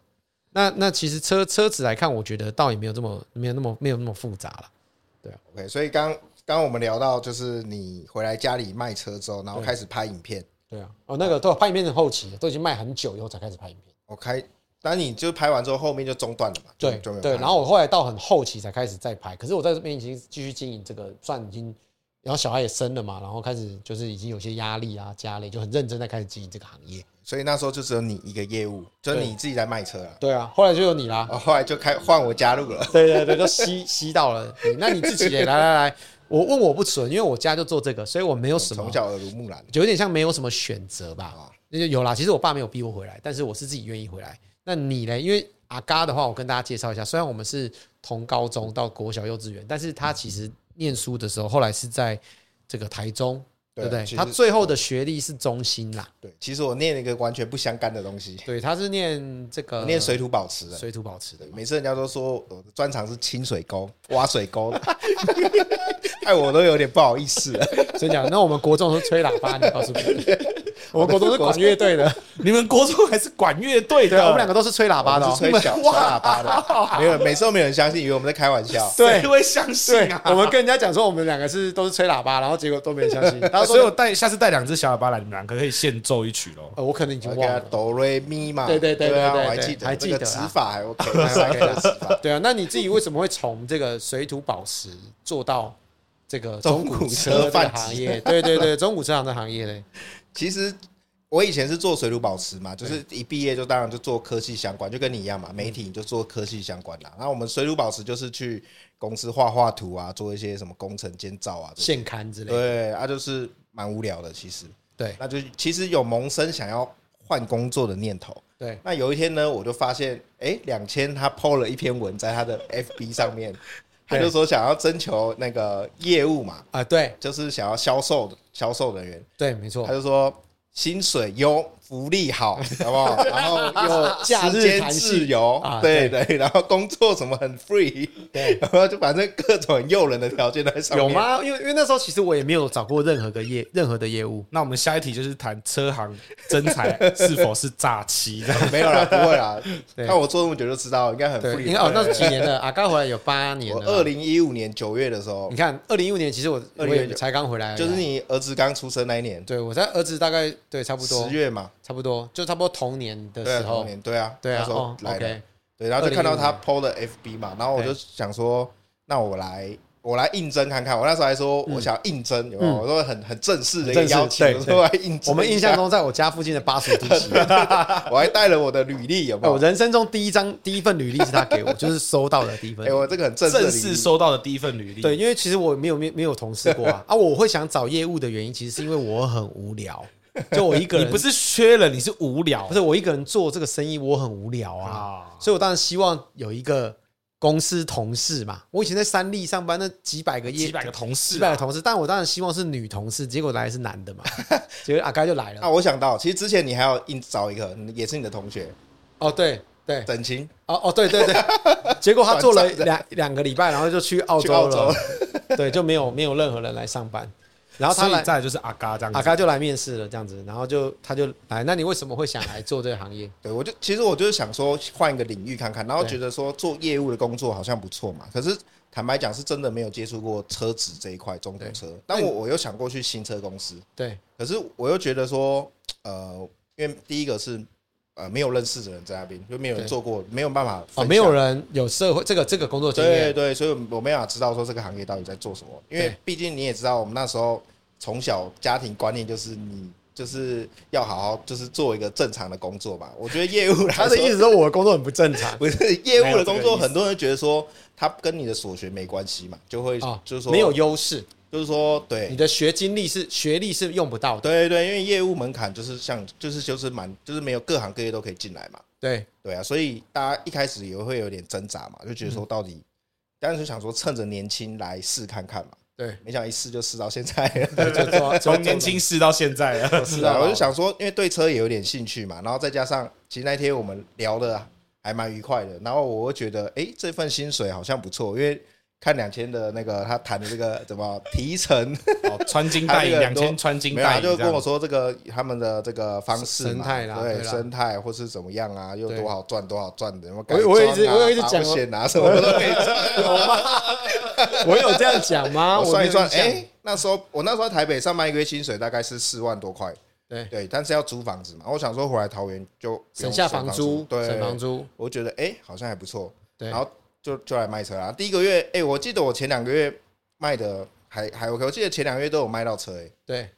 [SPEAKER 1] 那那其实车车子来看，我觉得倒也没有这么没有那么没有那么复杂了。
[SPEAKER 2] OK，所以刚刚我们聊到，就是你回来家里卖车之后，然后开始拍影片。
[SPEAKER 1] 对啊，哦，那个都拍影片很后期，都已经卖很久以后才开始拍影片。
[SPEAKER 2] 我开，但你就拍完之后，后面就中断了嘛？就就没
[SPEAKER 1] 对对，
[SPEAKER 2] 有拍
[SPEAKER 1] 然后我后来到很后期才开始再拍，可是我在这边已经继续经营这个，算已经，然后小孩也生了嘛，然后开始就是已经有些压力啊、家累，就很认真在开始经营这个行业。
[SPEAKER 2] 所以那时候就只有你一个业务，就是
[SPEAKER 1] 对
[SPEAKER 2] 你自己在卖车啊。哦
[SPEAKER 1] 对啊，后来就有你啦，
[SPEAKER 2] 然后后来就开换我加入了，
[SPEAKER 1] 对对对，都吸吸到了你。那你自己 也来来来，我问我不准，因为我家就做这个，所以我没有什么
[SPEAKER 2] 从，小耳濡目染。
[SPEAKER 1] 有点像没有什么选择吧
[SPEAKER 2] 哦。
[SPEAKER 1] 那就有啦，其实我爸没有逼我回来，但是我是自己愿意回来。那你呢？因为阿嘎的话，我跟大家介绍一下，虽然我们是同高中到国小幼稚园，但是他其实念书的时候，后来是在这个台中对不对？
[SPEAKER 2] 其实
[SPEAKER 1] 他最后的学历是中心啦，
[SPEAKER 2] 对，其实我念了一个完全不相干的东西，
[SPEAKER 1] 对，他是念这个
[SPEAKER 2] 我念水土保持的。
[SPEAKER 1] 水土保持的
[SPEAKER 2] 对
[SPEAKER 1] 嘛，
[SPEAKER 2] 每次人家都说我的专长是清水沟、挖水沟 的，害我都有点不好意思 了。
[SPEAKER 1] 真讲，那我们国中都吹喇叭，你告诉 我，我们国中是管乐队的，
[SPEAKER 3] 你们国中还是管乐队
[SPEAKER 1] 对，啊
[SPEAKER 3] 的？
[SPEAKER 1] 我们两个都是吹喇叭的
[SPEAKER 2] 啊我
[SPEAKER 1] 哦，
[SPEAKER 2] 是吹小吹喇叭的，没有，每次都没有人相信，以为我们在开玩笑。
[SPEAKER 1] 对
[SPEAKER 3] 谁会相信啊？
[SPEAKER 1] 我们跟人家讲说我们两个是都是吹喇叭，然后结果都没人相 信。他
[SPEAKER 3] 啊
[SPEAKER 1] 说，
[SPEAKER 3] 所以我带下次带两只小喇叭来，你们两个可以现奏一曲喽。
[SPEAKER 1] 呃我可能已经
[SPEAKER 2] 我
[SPEAKER 1] 忘
[SPEAKER 2] 给他
[SPEAKER 1] 了。
[SPEAKER 2] 哆瑞咪嘛，
[SPEAKER 1] 对对对
[SPEAKER 2] 对啊，
[SPEAKER 1] 对对
[SPEAKER 2] 我还记得，
[SPEAKER 1] 还记得啊
[SPEAKER 2] 这个指法还 OK，
[SPEAKER 1] 还 OK
[SPEAKER 2] 这个指法。
[SPEAKER 1] 对啊，那你自己为什么会从这个水土保持做到这个
[SPEAKER 2] 中古
[SPEAKER 1] 古车
[SPEAKER 2] 车
[SPEAKER 1] 这个
[SPEAKER 2] 贩
[SPEAKER 1] 行
[SPEAKER 2] 子
[SPEAKER 1] 业？对对对，中古车行的行业嘞，
[SPEAKER 2] 其实我以前是做水土保持嘛，就是一毕业就当然就做科技相关，就跟你一样嘛，媒体你就做科技相关啦。那我们水土保持就是去公司画画图啊，做一些什么工程监造啊，这些
[SPEAKER 1] 现刊之类的。
[SPEAKER 2] 对啊，就是蛮无聊的。其实，
[SPEAKER 1] 对
[SPEAKER 2] 那就其实有萌生想要换工作的念头。
[SPEAKER 1] 对，
[SPEAKER 2] 那有一天呢，我就发现，哎，两千他 PO 了一篇文在他的 FB 上面，他就说想要征求那个业务嘛，
[SPEAKER 1] 啊，对
[SPEAKER 2] 就是想要销售销售人员。
[SPEAKER 1] 对，没错
[SPEAKER 2] 他，就说薪水优，福利好， 好不好？然后又
[SPEAKER 1] 假
[SPEAKER 2] 时
[SPEAKER 1] 日
[SPEAKER 2] 间
[SPEAKER 1] 弹性
[SPEAKER 2] 自由，
[SPEAKER 1] 啊
[SPEAKER 2] 对对，然后工作什么很 free，
[SPEAKER 1] 对
[SPEAKER 2] 然后就反正各种很诱人的条件都在上面。
[SPEAKER 1] 有？吗？因为因为那时候其实我也没有找过任何个业任何的业务，
[SPEAKER 3] 那我们下一题就是谈车行真才是否是诈欺 的。
[SPEAKER 2] 没有啦，不会啦。
[SPEAKER 1] 对
[SPEAKER 2] 看我做那么久就知道，应该很
[SPEAKER 1] 对，
[SPEAKER 2] free
[SPEAKER 1] 因为。哦，那是几年了？阿刚回来有八年啊嗯
[SPEAKER 2] 我
[SPEAKER 1] 了
[SPEAKER 2] 二
[SPEAKER 1] 啦。
[SPEAKER 2] 零一五年九月的时候
[SPEAKER 1] 你，看，二零一五年其实我我
[SPEAKER 2] 2015
[SPEAKER 1] 也才刚回来而已啊，
[SPEAKER 2] 就是你儿子刚出生那一年，
[SPEAKER 1] 对我在儿子大概对差不多
[SPEAKER 2] 十月嘛，
[SPEAKER 1] 差不多就差不多同年的
[SPEAKER 2] 对啊，
[SPEAKER 1] 时
[SPEAKER 2] 同
[SPEAKER 1] 候，
[SPEAKER 2] 年，对啊，
[SPEAKER 1] 对
[SPEAKER 2] 那
[SPEAKER 1] 啊，
[SPEAKER 2] 时候
[SPEAKER 1] 哦
[SPEAKER 2] 来的。
[SPEAKER 1] ，OK，
[SPEAKER 2] 对，然后就看到他
[SPEAKER 1] 2015
[SPEAKER 2] PO 的 FB 嘛，然后我就想说，那我来我来应征看看。我那时候还说我想应征，有没有
[SPEAKER 1] 嗯
[SPEAKER 2] 我说很很正式的一个
[SPEAKER 1] 很正式
[SPEAKER 2] 邀请，
[SPEAKER 1] 对
[SPEAKER 2] 我说我来应征。
[SPEAKER 1] 我们印象，中在我家附近的巴蜀地区。
[SPEAKER 2] 啊我还带了我的履历，有没
[SPEAKER 1] 哎，我
[SPEAKER 2] 有？
[SPEAKER 1] 人生中第一张第一份履历是他给 我，就是收到的第一份
[SPEAKER 2] 哎，。我这个很正式的
[SPEAKER 3] 正
[SPEAKER 2] 履
[SPEAKER 3] 式
[SPEAKER 2] 历，
[SPEAKER 3] 收到的第一份履历，
[SPEAKER 1] 对，，因为其实我没有没有没有同事过 啊啊！我会想找业务的原因，其实是因为我很无聊，就我一个
[SPEAKER 3] 你
[SPEAKER 1] 人，
[SPEAKER 3] 不是缺了，你是无聊，
[SPEAKER 1] 不是我一个人做这个生意，我很无聊啊，
[SPEAKER 3] 啊？
[SPEAKER 1] 所以我当然希望有一个公司同事嘛。我以前在三立上班，那几百个业
[SPEAKER 3] 几百个同
[SPEAKER 1] 几
[SPEAKER 3] 事
[SPEAKER 1] 百个
[SPEAKER 3] 啊，
[SPEAKER 1] 同事，但我当然希望是女同事，结果来的是男的 嘛，结果阿该就来
[SPEAKER 2] 啊，
[SPEAKER 1] 了。
[SPEAKER 2] 我想到，其实之前你还要应找一个，也是你的同学，
[SPEAKER 1] 哦，对对，
[SPEAKER 2] 整晴
[SPEAKER 1] 哦哦，对对 对，结果他做了
[SPEAKER 2] 短暂的
[SPEAKER 1] 两两个礼拜，然后就去澳
[SPEAKER 2] 去
[SPEAKER 1] 洲
[SPEAKER 2] 澳
[SPEAKER 1] 了
[SPEAKER 2] 洲，，
[SPEAKER 1] 对，就没有没有任何人来上班。然后他
[SPEAKER 3] 所
[SPEAKER 1] 来
[SPEAKER 3] 以再来就是阿嘎这样
[SPEAKER 1] 阿
[SPEAKER 3] 子。
[SPEAKER 1] 嘎就来面试了，这样子，然后就他就来，那你为什么会想来做这个行业？
[SPEAKER 2] 对，我就其实我就是想说换一个领域看看，然后
[SPEAKER 1] 对
[SPEAKER 2] 觉得说做业务的工作好像不错嘛。可是坦白讲，是真的没有接触过车子这一块中古车，但我我又想过去新车公司，
[SPEAKER 1] 对
[SPEAKER 2] 可是我又觉得说，呃，因为第一个是呃没有认识的人在那边，就没有人
[SPEAKER 1] 对
[SPEAKER 2] 做过，没有办法
[SPEAKER 1] 哦，
[SPEAKER 2] 分
[SPEAKER 1] 没有
[SPEAKER 2] 享。
[SPEAKER 1] 人有社会这个这个工作经
[SPEAKER 2] 对
[SPEAKER 1] 验，
[SPEAKER 2] 对，所以我没办法知道说这个行业到底在做什么，因为
[SPEAKER 1] 对
[SPEAKER 2] 毕竟你也知道，我们那时候从小家庭观念就是你就是要好好就是做一个正常的工作吧。我觉得业务来
[SPEAKER 1] 他的
[SPEAKER 2] 说
[SPEAKER 1] 意思说我的工作很不正常
[SPEAKER 2] 不是业务的工
[SPEAKER 3] 没有这个
[SPEAKER 2] 作，
[SPEAKER 3] 意思
[SPEAKER 2] 很多人觉得说他跟你的所学没关系嘛，就会
[SPEAKER 1] 啊，
[SPEAKER 2] 就是说
[SPEAKER 1] 没有，优势，
[SPEAKER 2] 就是说
[SPEAKER 1] 你
[SPEAKER 2] 对
[SPEAKER 1] 的学经历是学历是用不到的，
[SPEAKER 2] 对对，因为业务门槛就是像就是就是蛮就是没有各行各业都可以进来嘛，
[SPEAKER 1] 对
[SPEAKER 2] 对啊，所以大家一开始也会有点挣扎嘛，就觉得
[SPEAKER 1] 嗯
[SPEAKER 2] 说到底，当时想说趁着年轻来试看看嘛，
[SPEAKER 1] 对，
[SPEAKER 2] 没想到一试就试到现 在了。
[SPEAKER 1] 就 做
[SPEAKER 3] 从年轻试到现在 了，
[SPEAKER 1] 是
[SPEAKER 2] 是啊，我就想说，因为对车也有点兴趣嘛，然后再加上其实那天我们聊的还蛮愉快的，然后我会觉得，哎、这份薪水好像不错，因为看两千的那个他谈的这个怎么 提成，
[SPEAKER 3] 哦穿金戴
[SPEAKER 2] 还有一
[SPEAKER 3] 银，
[SPEAKER 2] 个很
[SPEAKER 3] 两
[SPEAKER 2] 多
[SPEAKER 3] 千穿金
[SPEAKER 2] 没有、啊，
[SPEAKER 3] 戴银，
[SPEAKER 2] 就跟我说这个他们的这个方式嘛
[SPEAKER 1] 生态啦
[SPEAKER 2] 对
[SPEAKER 1] 对啦
[SPEAKER 2] 生态或是怎么样啊，又
[SPEAKER 1] 对
[SPEAKER 2] 多好赚多好赚的，有没有改
[SPEAKER 1] 我我一直
[SPEAKER 2] 装啊
[SPEAKER 1] 我一直
[SPEAKER 2] 保
[SPEAKER 1] 讲哦
[SPEAKER 2] 险啊什么的，
[SPEAKER 1] 有吗？ 我有这样讲吗？
[SPEAKER 2] 我算一算，
[SPEAKER 1] 啊没有这
[SPEAKER 2] 哎、
[SPEAKER 1] 样
[SPEAKER 2] 那时候我那时候在台北上班一个月薪水大概是四万多块，
[SPEAKER 1] 对，
[SPEAKER 2] 对，但是要租房子嘛，我想说回来桃园就不
[SPEAKER 1] 省
[SPEAKER 2] 用
[SPEAKER 1] 下房租，
[SPEAKER 2] 对，
[SPEAKER 1] 省房租，
[SPEAKER 2] 我觉得哎、好像还不错，
[SPEAKER 1] 对
[SPEAKER 2] 然后就就来卖车啦。第一个月，哎、我记得我前两个月卖的还还 OK，我记得前两个月都有卖到车、哎，
[SPEAKER 1] 对，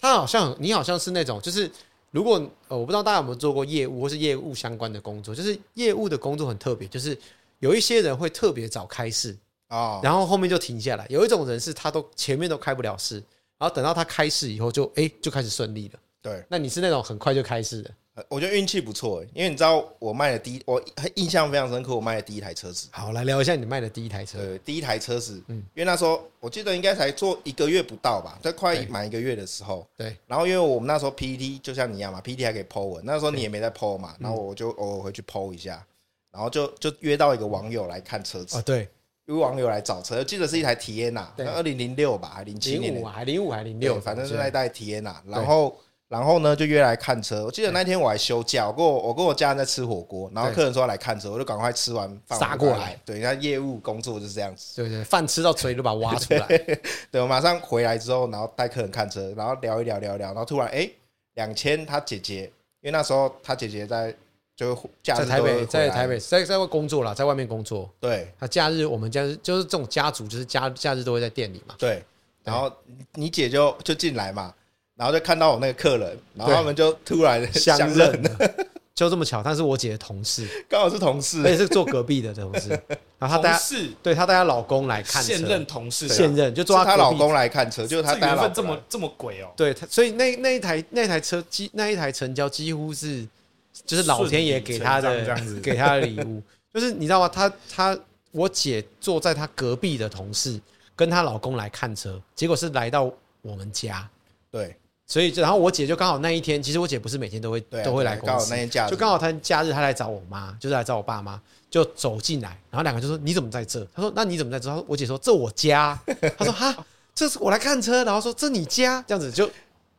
[SPEAKER 1] 他好像你好像是那种，就是如果呃，我不知道大家有没有做过业务或是业务相关的工作，就是业务的工作很特别，就是有一些人会特别早开市，
[SPEAKER 2] 哦，
[SPEAKER 1] 然后后面就停下来；有一种人是他都前面都开不了市，然后等到他开市以后就哎就开始顺利了。
[SPEAKER 2] 对，
[SPEAKER 1] 那你是那种很快就开市的，
[SPEAKER 2] 呃我觉得运气不错、欸，因为你知道我卖的第一，我印象非常深刻，我卖的第一台车子，
[SPEAKER 1] 好，来聊一下你卖的第一台车，
[SPEAKER 2] 呃，第一台车子，
[SPEAKER 1] 嗯
[SPEAKER 2] 因为那时候我记得应该才做一个月不到吧，在快
[SPEAKER 1] 对
[SPEAKER 2] 满一个月的时候，
[SPEAKER 1] 对，
[SPEAKER 2] 然后因为我们那时候 PPT 就像你一样嘛，PPT 还可以 PO 文，那时候你也没在 PO 嘛，
[SPEAKER 1] 嗯
[SPEAKER 2] 然后我就偶尔回去 PO 一下，然后就就约到一个网友来看车子
[SPEAKER 1] 哦，，对，
[SPEAKER 2] 有网友来找车，记得是一台 t i 娜，
[SPEAKER 1] 对
[SPEAKER 2] 二零零六吧，还零七年
[SPEAKER 1] 零
[SPEAKER 2] 的
[SPEAKER 1] 五啊还零五还零
[SPEAKER 2] 对
[SPEAKER 1] 六，
[SPEAKER 2] 反正是那一代 t i 娜。然后，然后呢就约来看车。我记得那天我还休假，我跟我我跟我家人在吃火锅，然后
[SPEAKER 1] 对
[SPEAKER 2] 客人说要来看车，我就赶快吃完饭
[SPEAKER 1] 杀
[SPEAKER 2] 我就赶
[SPEAKER 1] 过
[SPEAKER 2] 快
[SPEAKER 1] 来。
[SPEAKER 2] 对，那业务工作就是这样子。
[SPEAKER 1] 对对，饭吃到嘴都把它挖出来，
[SPEAKER 2] 对，我马上回来之后，然后带客人看车，然后聊一聊聊一聊，然后突然哎，两千他姐姐，因为那时候他姐姐在就假
[SPEAKER 1] 在
[SPEAKER 2] 日
[SPEAKER 1] 台
[SPEAKER 2] 都会
[SPEAKER 1] 北，
[SPEAKER 2] 回
[SPEAKER 1] 在
[SPEAKER 2] 来
[SPEAKER 1] 台北，在在外工作啦，在外面工作。
[SPEAKER 2] 对
[SPEAKER 1] 他假日我们家日就是这种家族，就是家假日都会在店 里嘛。
[SPEAKER 2] 对，然后你姐就就进来嘛，然后就看到我那个客人，然后
[SPEAKER 1] 对
[SPEAKER 2] 他们就突 然
[SPEAKER 1] 相
[SPEAKER 2] 认，
[SPEAKER 1] 认了，就这么巧，他是我姐的同事，
[SPEAKER 2] 刚好是同
[SPEAKER 1] 而且
[SPEAKER 2] 事，
[SPEAKER 1] 是坐隔壁的同事。然后她带
[SPEAKER 3] 同
[SPEAKER 1] 她，
[SPEAKER 3] 事
[SPEAKER 1] 对她带她老公来看车
[SPEAKER 3] 现任同事啊，
[SPEAKER 1] 现任就是坐
[SPEAKER 2] 她
[SPEAKER 1] 隔壁
[SPEAKER 2] 老公来看车，就是她
[SPEAKER 3] 这
[SPEAKER 2] 带
[SPEAKER 1] 啊
[SPEAKER 2] 她
[SPEAKER 3] 缘
[SPEAKER 2] 老
[SPEAKER 3] 分这
[SPEAKER 2] 公来
[SPEAKER 3] 么这么鬼哦，
[SPEAKER 1] 对，他所以那那一台那一台车几那一台成交几乎是就是老天爷给他
[SPEAKER 3] 顺理成章这样
[SPEAKER 1] 的
[SPEAKER 3] 子
[SPEAKER 1] 给他的礼物，就是你知道吗？他他我姐坐在她隔壁的同事跟她老公来看车，结果是来到我们家，
[SPEAKER 2] 对
[SPEAKER 1] 所以就然后我姐就刚好那一天，其实我姐不是每天都会
[SPEAKER 2] 对啊，
[SPEAKER 1] 都会来
[SPEAKER 2] 对啊刚
[SPEAKER 1] 公
[SPEAKER 2] 好
[SPEAKER 1] 司
[SPEAKER 2] 那，天假日
[SPEAKER 1] 就刚好她假日她来找我妈，就是来找我爸妈，就走进来，然后两个就说你怎么在这？她说那你怎么在这？她说我姐说这我家，她说哈。这是我来看车，然后说这你家这样子就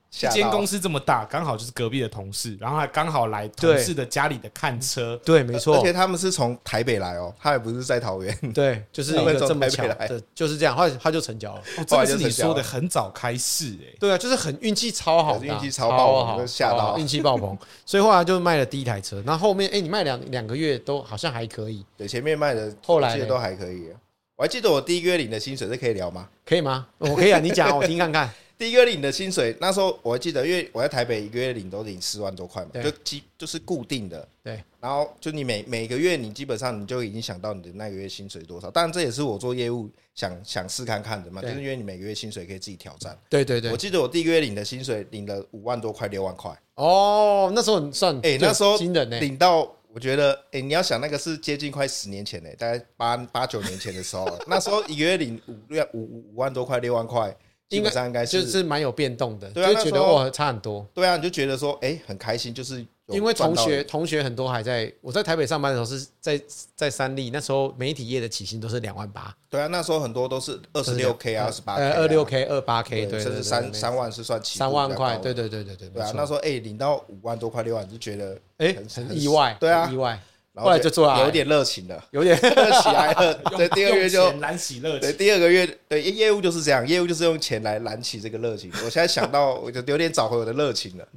[SPEAKER 2] 吓
[SPEAKER 3] 一
[SPEAKER 2] 到
[SPEAKER 3] 间公司这么大，刚好就是隔壁的同事，然后还刚好来同事的家里的看车，
[SPEAKER 1] 对，没错。
[SPEAKER 2] 而且他们是从台北来哦，他也不是在桃园，
[SPEAKER 1] 对，就是一
[SPEAKER 2] 他们
[SPEAKER 1] 个
[SPEAKER 2] 从
[SPEAKER 1] 这么
[SPEAKER 2] 台北
[SPEAKER 1] 巧
[SPEAKER 2] 来
[SPEAKER 1] 的，就是这样，后来他就成交了。
[SPEAKER 3] 哦，
[SPEAKER 2] 后
[SPEAKER 3] 这
[SPEAKER 2] 来
[SPEAKER 3] 个
[SPEAKER 2] 就是成
[SPEAKER 3] 你
[SPEAKER 2] 交了
[SPEAKER 3] 说的很早开始哎、
[SPEAKER 1] 对啊，就是很运气超好的啊，
[SPEAKER 2] 运气超爆棚
[SPEAKER 1] 好
[SPEAKER 2] 就吓到
[SPEAKER 1] 超好运气爆棚，所以后来就卖了第一台车。然后后面，哎，你卖两两个月都好像还可以，
[SPEAKER 2] 对，前面卖的
[SPEAKER 1] 后来
[SPEAKER 2] 我记得
[SPEAKER 1] 嘞
[SPEAKER 2] 都还可以。啊我还记得我第一个月领的薪水，这可以聊吗？
[SPEAKER 1] 可以吗？我可以啊，你讲啊，我听看看。
[SPEAKER 2] 第一个月领的薪水，那时候我还记得，因为我在台北一个月领都领四万多块嘛，
[SPEAKER 1] 对
[SPEAKER 2] 就基就是固定的。
[SPEAKER 1] 对，
[SPEAKER 2] 然后就你每每个月，你基本上你就已经想到你的那个月薪水多少。当然，这也是我做业务想想试看看的嘛，就
[SPEAKER 1] 对
[SPEAKER 2] 是因为你每个月薪水可以自己挑战。
[SPEAKER 1] 对对
[SPEAKER 2] 我
[SPEAKER 1] 对，
[SPEAKER 2] 记得我第一个月领的薪水领了五万多块，六万块。
[SPEAKER 1] 哦，那时候你算，
[SPEAKER 2] 哎、
[SPEAKER 1] 对
[SPEAKER 2] 那时候
[SPEAKER 1] 新人呢，欸
[SPEAKER 2] 领到，我觉得，哎、你要想那个是接近快十年前呢、大概八八九年前 的时候了，那时候一个月领五六五五五万多块，六万块，基本上应该是
[SPEAKER 1] 就是蛮有变动的，就
[SPEAKER 2] 对啊
[SPEAKER 1] 会
[SPEAKER 2] 那
[SPEAKER 1] 觉
[SPEAKER 2] 时
[SPEAKER 1] 得
[SPEAKER 2] 候
[SPEAKER 1] 哇差很多。
[SPEAKER 2] 对啊，你就觉得说，哎、很开心，就是有
[SPEAKER 1] 因为
[SPEAKER 2] 赚
[SPEAKER 1] 同
[SPEAKER 2] 到
[SPEAKER 1] 学同学很多还在我在台北上班的时候是在在三立，那时候媒体业的起薪都是两万八，
[SPEAKER 2] 对啊，那时候很多都是二十六 k 啊，二十八 k
[SPEAKER 1] 呃二六 k 二八 k 对，
[SPEAKER 2] 甚
[SPEAKER 1] 对
[SPEAKER 2] 至
[SPEAKER 1] 对
[SPEAKER 2] 三
[SPEAKER 1] 对
[SPEAKER 2] 三万是算起步
[SPEAKER 1] 三万块，
[SPEAKER 2] 比较高
[SPEAKER 1] 对
[SPEAKER 2] 的
[SPEAKER 1] 对对对对，
[SPEAKER 2] 对啊
[SPEAKER 1] 没，错
[SPEAKER 2] 那时候哎、领到五万多块六万，你就觉得
[SPEAKER 1] 哎
[SPEAKER 2] 很
[SPEAKER 1] 很意外，
[SPEAKER 2] 对啊
[SPEAKER 1] 很意外，
[SPEAKER 2] 然
[SPEAKER 1] 后来就做了
[SPEAKER 2] 有点热情了，
[SPEAKER 1] 有点
[SPEAKER 2] 热起来 了，对，第二个月就
[SPEAKER 3] 用钱燃起热
[SPEAKER 2] 对，
[SPEAKER 3] 情，
[SPEAKER 2] 第二个月对业务就是这样，业务就是用钱来燃起这个热情。我现在想到， 我就有点找回我的热情了。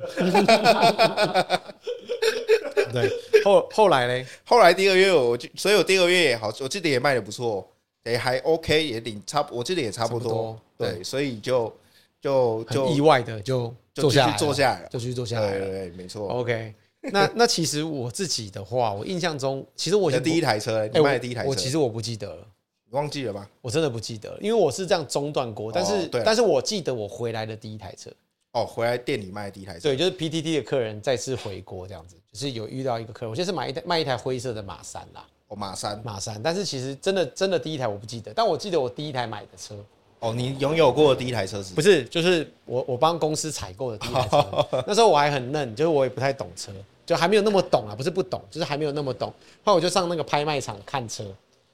[SPEAKER 1] 对。后后来嘞，
[SPEAKER 2] 后来第二个月我就，所以我第二个月也好，我记得也卖的不错，哦也还 OK，也领差不，我记得也差不
[SPEAKER 1] 差
[SPEAKER 2] 多。
[SPEAKER 1] 不多
[SPEAKER 2] 对，
[SPEAKER 1] 对
[SPEAKER 2] 所以就就
[SPEAKER 1] 很意
[SPEAKER 2] 就
[SPEAKER 1] 外的就
[SPEAKER 2] 就
[SPEAKER 1] 坐下
[SPEAKER 2] 继
[SPEAKER 1] 来了，
[SPEAKER 2] 续坐下来了
[SPEAKER 1] 就继续坐
[SPEAKER 2] 对
[SPEAKER 1] 下来
[SPEAKER 2] 对
[SPEAKER 1] 了。哦
[SPEAKER 2] 对，没错。
[SPEAKER 1] OK，那那其实我自己的话，我印象中，其实
[SPEAKER 2] 我
[SPEAKER 1] 我
[SPEAKER 2] 的
[SPEAKER 1] 已经
[SPEAKER 2] 第一
[SPEAKER 1] 台，
[SPEAKER 2] 台车，你
[SPEAKER 1] 哎
[SPEAKER 2] 卖的第一台
[SPEAKER 1] 我
[SPEAKER 2] 车，
[SPEAKER 1] 我其实我不记得了。
[SPEAKER 2] 你忘记了吗？
[SPEAKER 1] 我真的不记得了，因为我是这样中断过，但
[SPEAKER 2] 哦
[SPEAKER 1] 是、
[SPEAKER 2] 对啊
[SPEAKER 1] 但是我记得我回来的第一台车，
[SPEAKER 2] 哦，回来店里卖的第一台车，
[SPEAKER 1] 对，就是 PTT 的客人再次回国这样子，就是有遇到一个客人，我现在是买一台卖一台灰色的马三啦，
[SPEAKER 2] 哦，马三。
[SPEAKER 1] 马三，但是其实真的真的第一台我不记得，但我记得我第一台买的车，
[SPEAKER 2] 哦，你拥有过的第一台车是
[SPEAKER 1] 不？是，就是我我帮公司采购的第一台车， 那时候我还很嫩，就是我也不太懂车，就还没有那么懂啊，不是不懂，就是还没有那么懂。后来我就上那个拍卖场看车，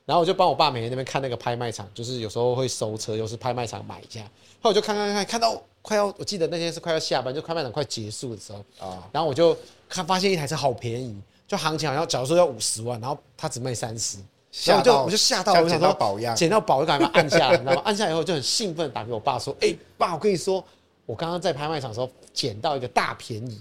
[SPEAKER 1] 然后我就帮我爸每天那边看那个拍卖场，就是有时候会收车，又是拍卖场买一下。后来我就看看看，看到快要，我记得那天是快要下班，就拍卖场快结束的时候，
[SPEAKER 2] 啊，
[SPEAKER 1] 然后我就看发现一台车好便宜，就行情好像假如说要五十万，然后它只卖三十，然后
[SPEAKER 2] 吓
[SPEAKER 1] 我就
[SPEAKER 2] 到
[SPEAKER 1] 我就吓到，
[SPEAKER 2] 像
[SPEAKER 1] 我想
[SPEAKER 2] 捡
[SPEAKER 1] 说
[SPEAKER 2] 到宝一样
[SPEAKER 1] 捡到宝就赶快把它按下来，你知道吗？按下来以后就很兴奋地打给我爸说：“哎、爸，我跟你说，我刚刚在拍卖场的时候捡到一个大便宜。”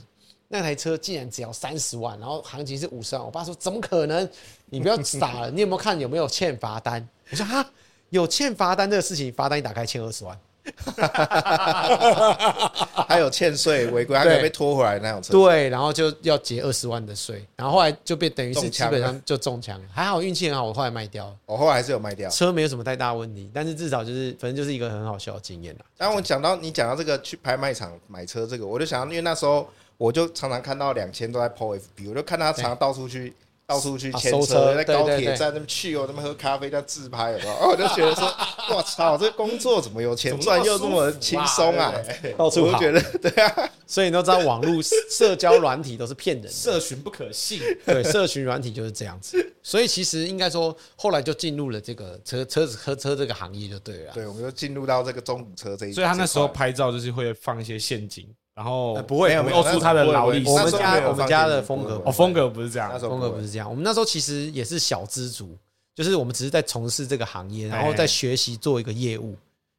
[SPEAKER 1] 那台车竟然只要三十万，然后行情是五十万。我爸说：“怎么可能？你不要傻了！你有没有看有没有欠罚单？”我说：“哈，有欠罚单这个事情，罚单一打开欠二十万。
[SPEAKER 2] 还有欠税违规，还可以
[SPEAKER 1] 对
[SPEAKER 2] 被拖回来的那种车。
[SPEAKER 1] 对，然后就要结二十万的税，然后后来就被等于是
[SPEAKER 2] 中
[SPEAKER 1] 基
[SPEAKER 2] 枪
[SPEAKER 1] 本
[SPEAKER 2] 了
[SPEAKER 1] 上就中枪了，还好运气很好，我后来卖掉了，
[SPEAKER 2] 哦我后来还是有卖掉。
[SPEAKER 1] 车没有什么太大问题，但是至少就是反正就是一个很好笑的经验啦。啊
[SPEAKER 2] 但我讲到你讲到这个去拍卖场买车这个，我就想到，因为那时候我就常常看到两千都在 PO FB，我就看他常常到处去。到处去
[SPEAKER 1] 啊
[SPEAKER 2] 牵
[SPEAKER 1] 收车
[SPEAKER 2] 在
[SPEAKER 1] 对
[SPEAKER 2] 高
[SPEAKER 1] 对
[SPEAKER 2] 铁
[SPEAKER 1] 对
[SPEAKER 2] 站那边去哦，那边喝咖啡，在自拍，有没有？哦，我 就觉得说，我操，这工作怎么有钱
[SPEAKER 3] 怎么那
[SPEAKER 2] 赚
[SPEAKER 3] 么
[SPEAKER 2] 又这么
[SPEAKER 3] 舒服啊
[SPEAKER 2] 轻松啊？
[SPEAKER 1] 到
[SPEAKER 2] 我
[SPEAKER 1] 处
[SPEAKER 2] 就
[SPEAKER 1] 跑，
[SPEAKER 2] 觉得，对啊，
[SPEAKER 1] 所以你都知道网络社交软体都是骗人 的。
[SPEAKER 3] 社群不可信，
[SPEAKER 1] 对，社群软体就是这样子，所以其实应该说，后来就进入了这个车车子车车这个行业就对了啦。
[SPEAKER 2] 对，我们就进入到这个中古车这一。
[SPEAKER 3] 所以他那时候
[SPEAKER 2] 这一块
[SPEAKER 3] 拍照就是会放一些陷阱，然后
[SPEAKER 1] 呃不会
[SPEAKER 2] 没有
[SPEAKER 1] 不
[SPEAKER 2] 没
[SPEAKER 1] 会
[SPEAKER 2] 有
[SPEAKER 3] 露出他的劳
[SPEAKER 2] 那
[SPEAKER 3] 力士。
[SPEAKER 1] 我
[SPEAKER 2] 时
[SPEAKER 1] 们
[SPEAKER 2] 候
[SPEAKER 1] 家
[SPEAKER 2] 没有
[SPEAKER 1] 我们
[SPEAKER 2] 放
[SPEAKER 1] 家
[SPEAKER 2] 进
[SPEAKER 1] 的
[SPEAKER 2] 去
[SPEAKER 1] 风格
[SPEAKER 2] 不会
[SPEAKER 3] 哦，风格不是这样
[SPEAKER 2] 那，时候
[SPEAKER 1] 风格不是这样，我们那时候其实也是小资族，就是我们只是在从事这个行业，然后在学习做一个业务，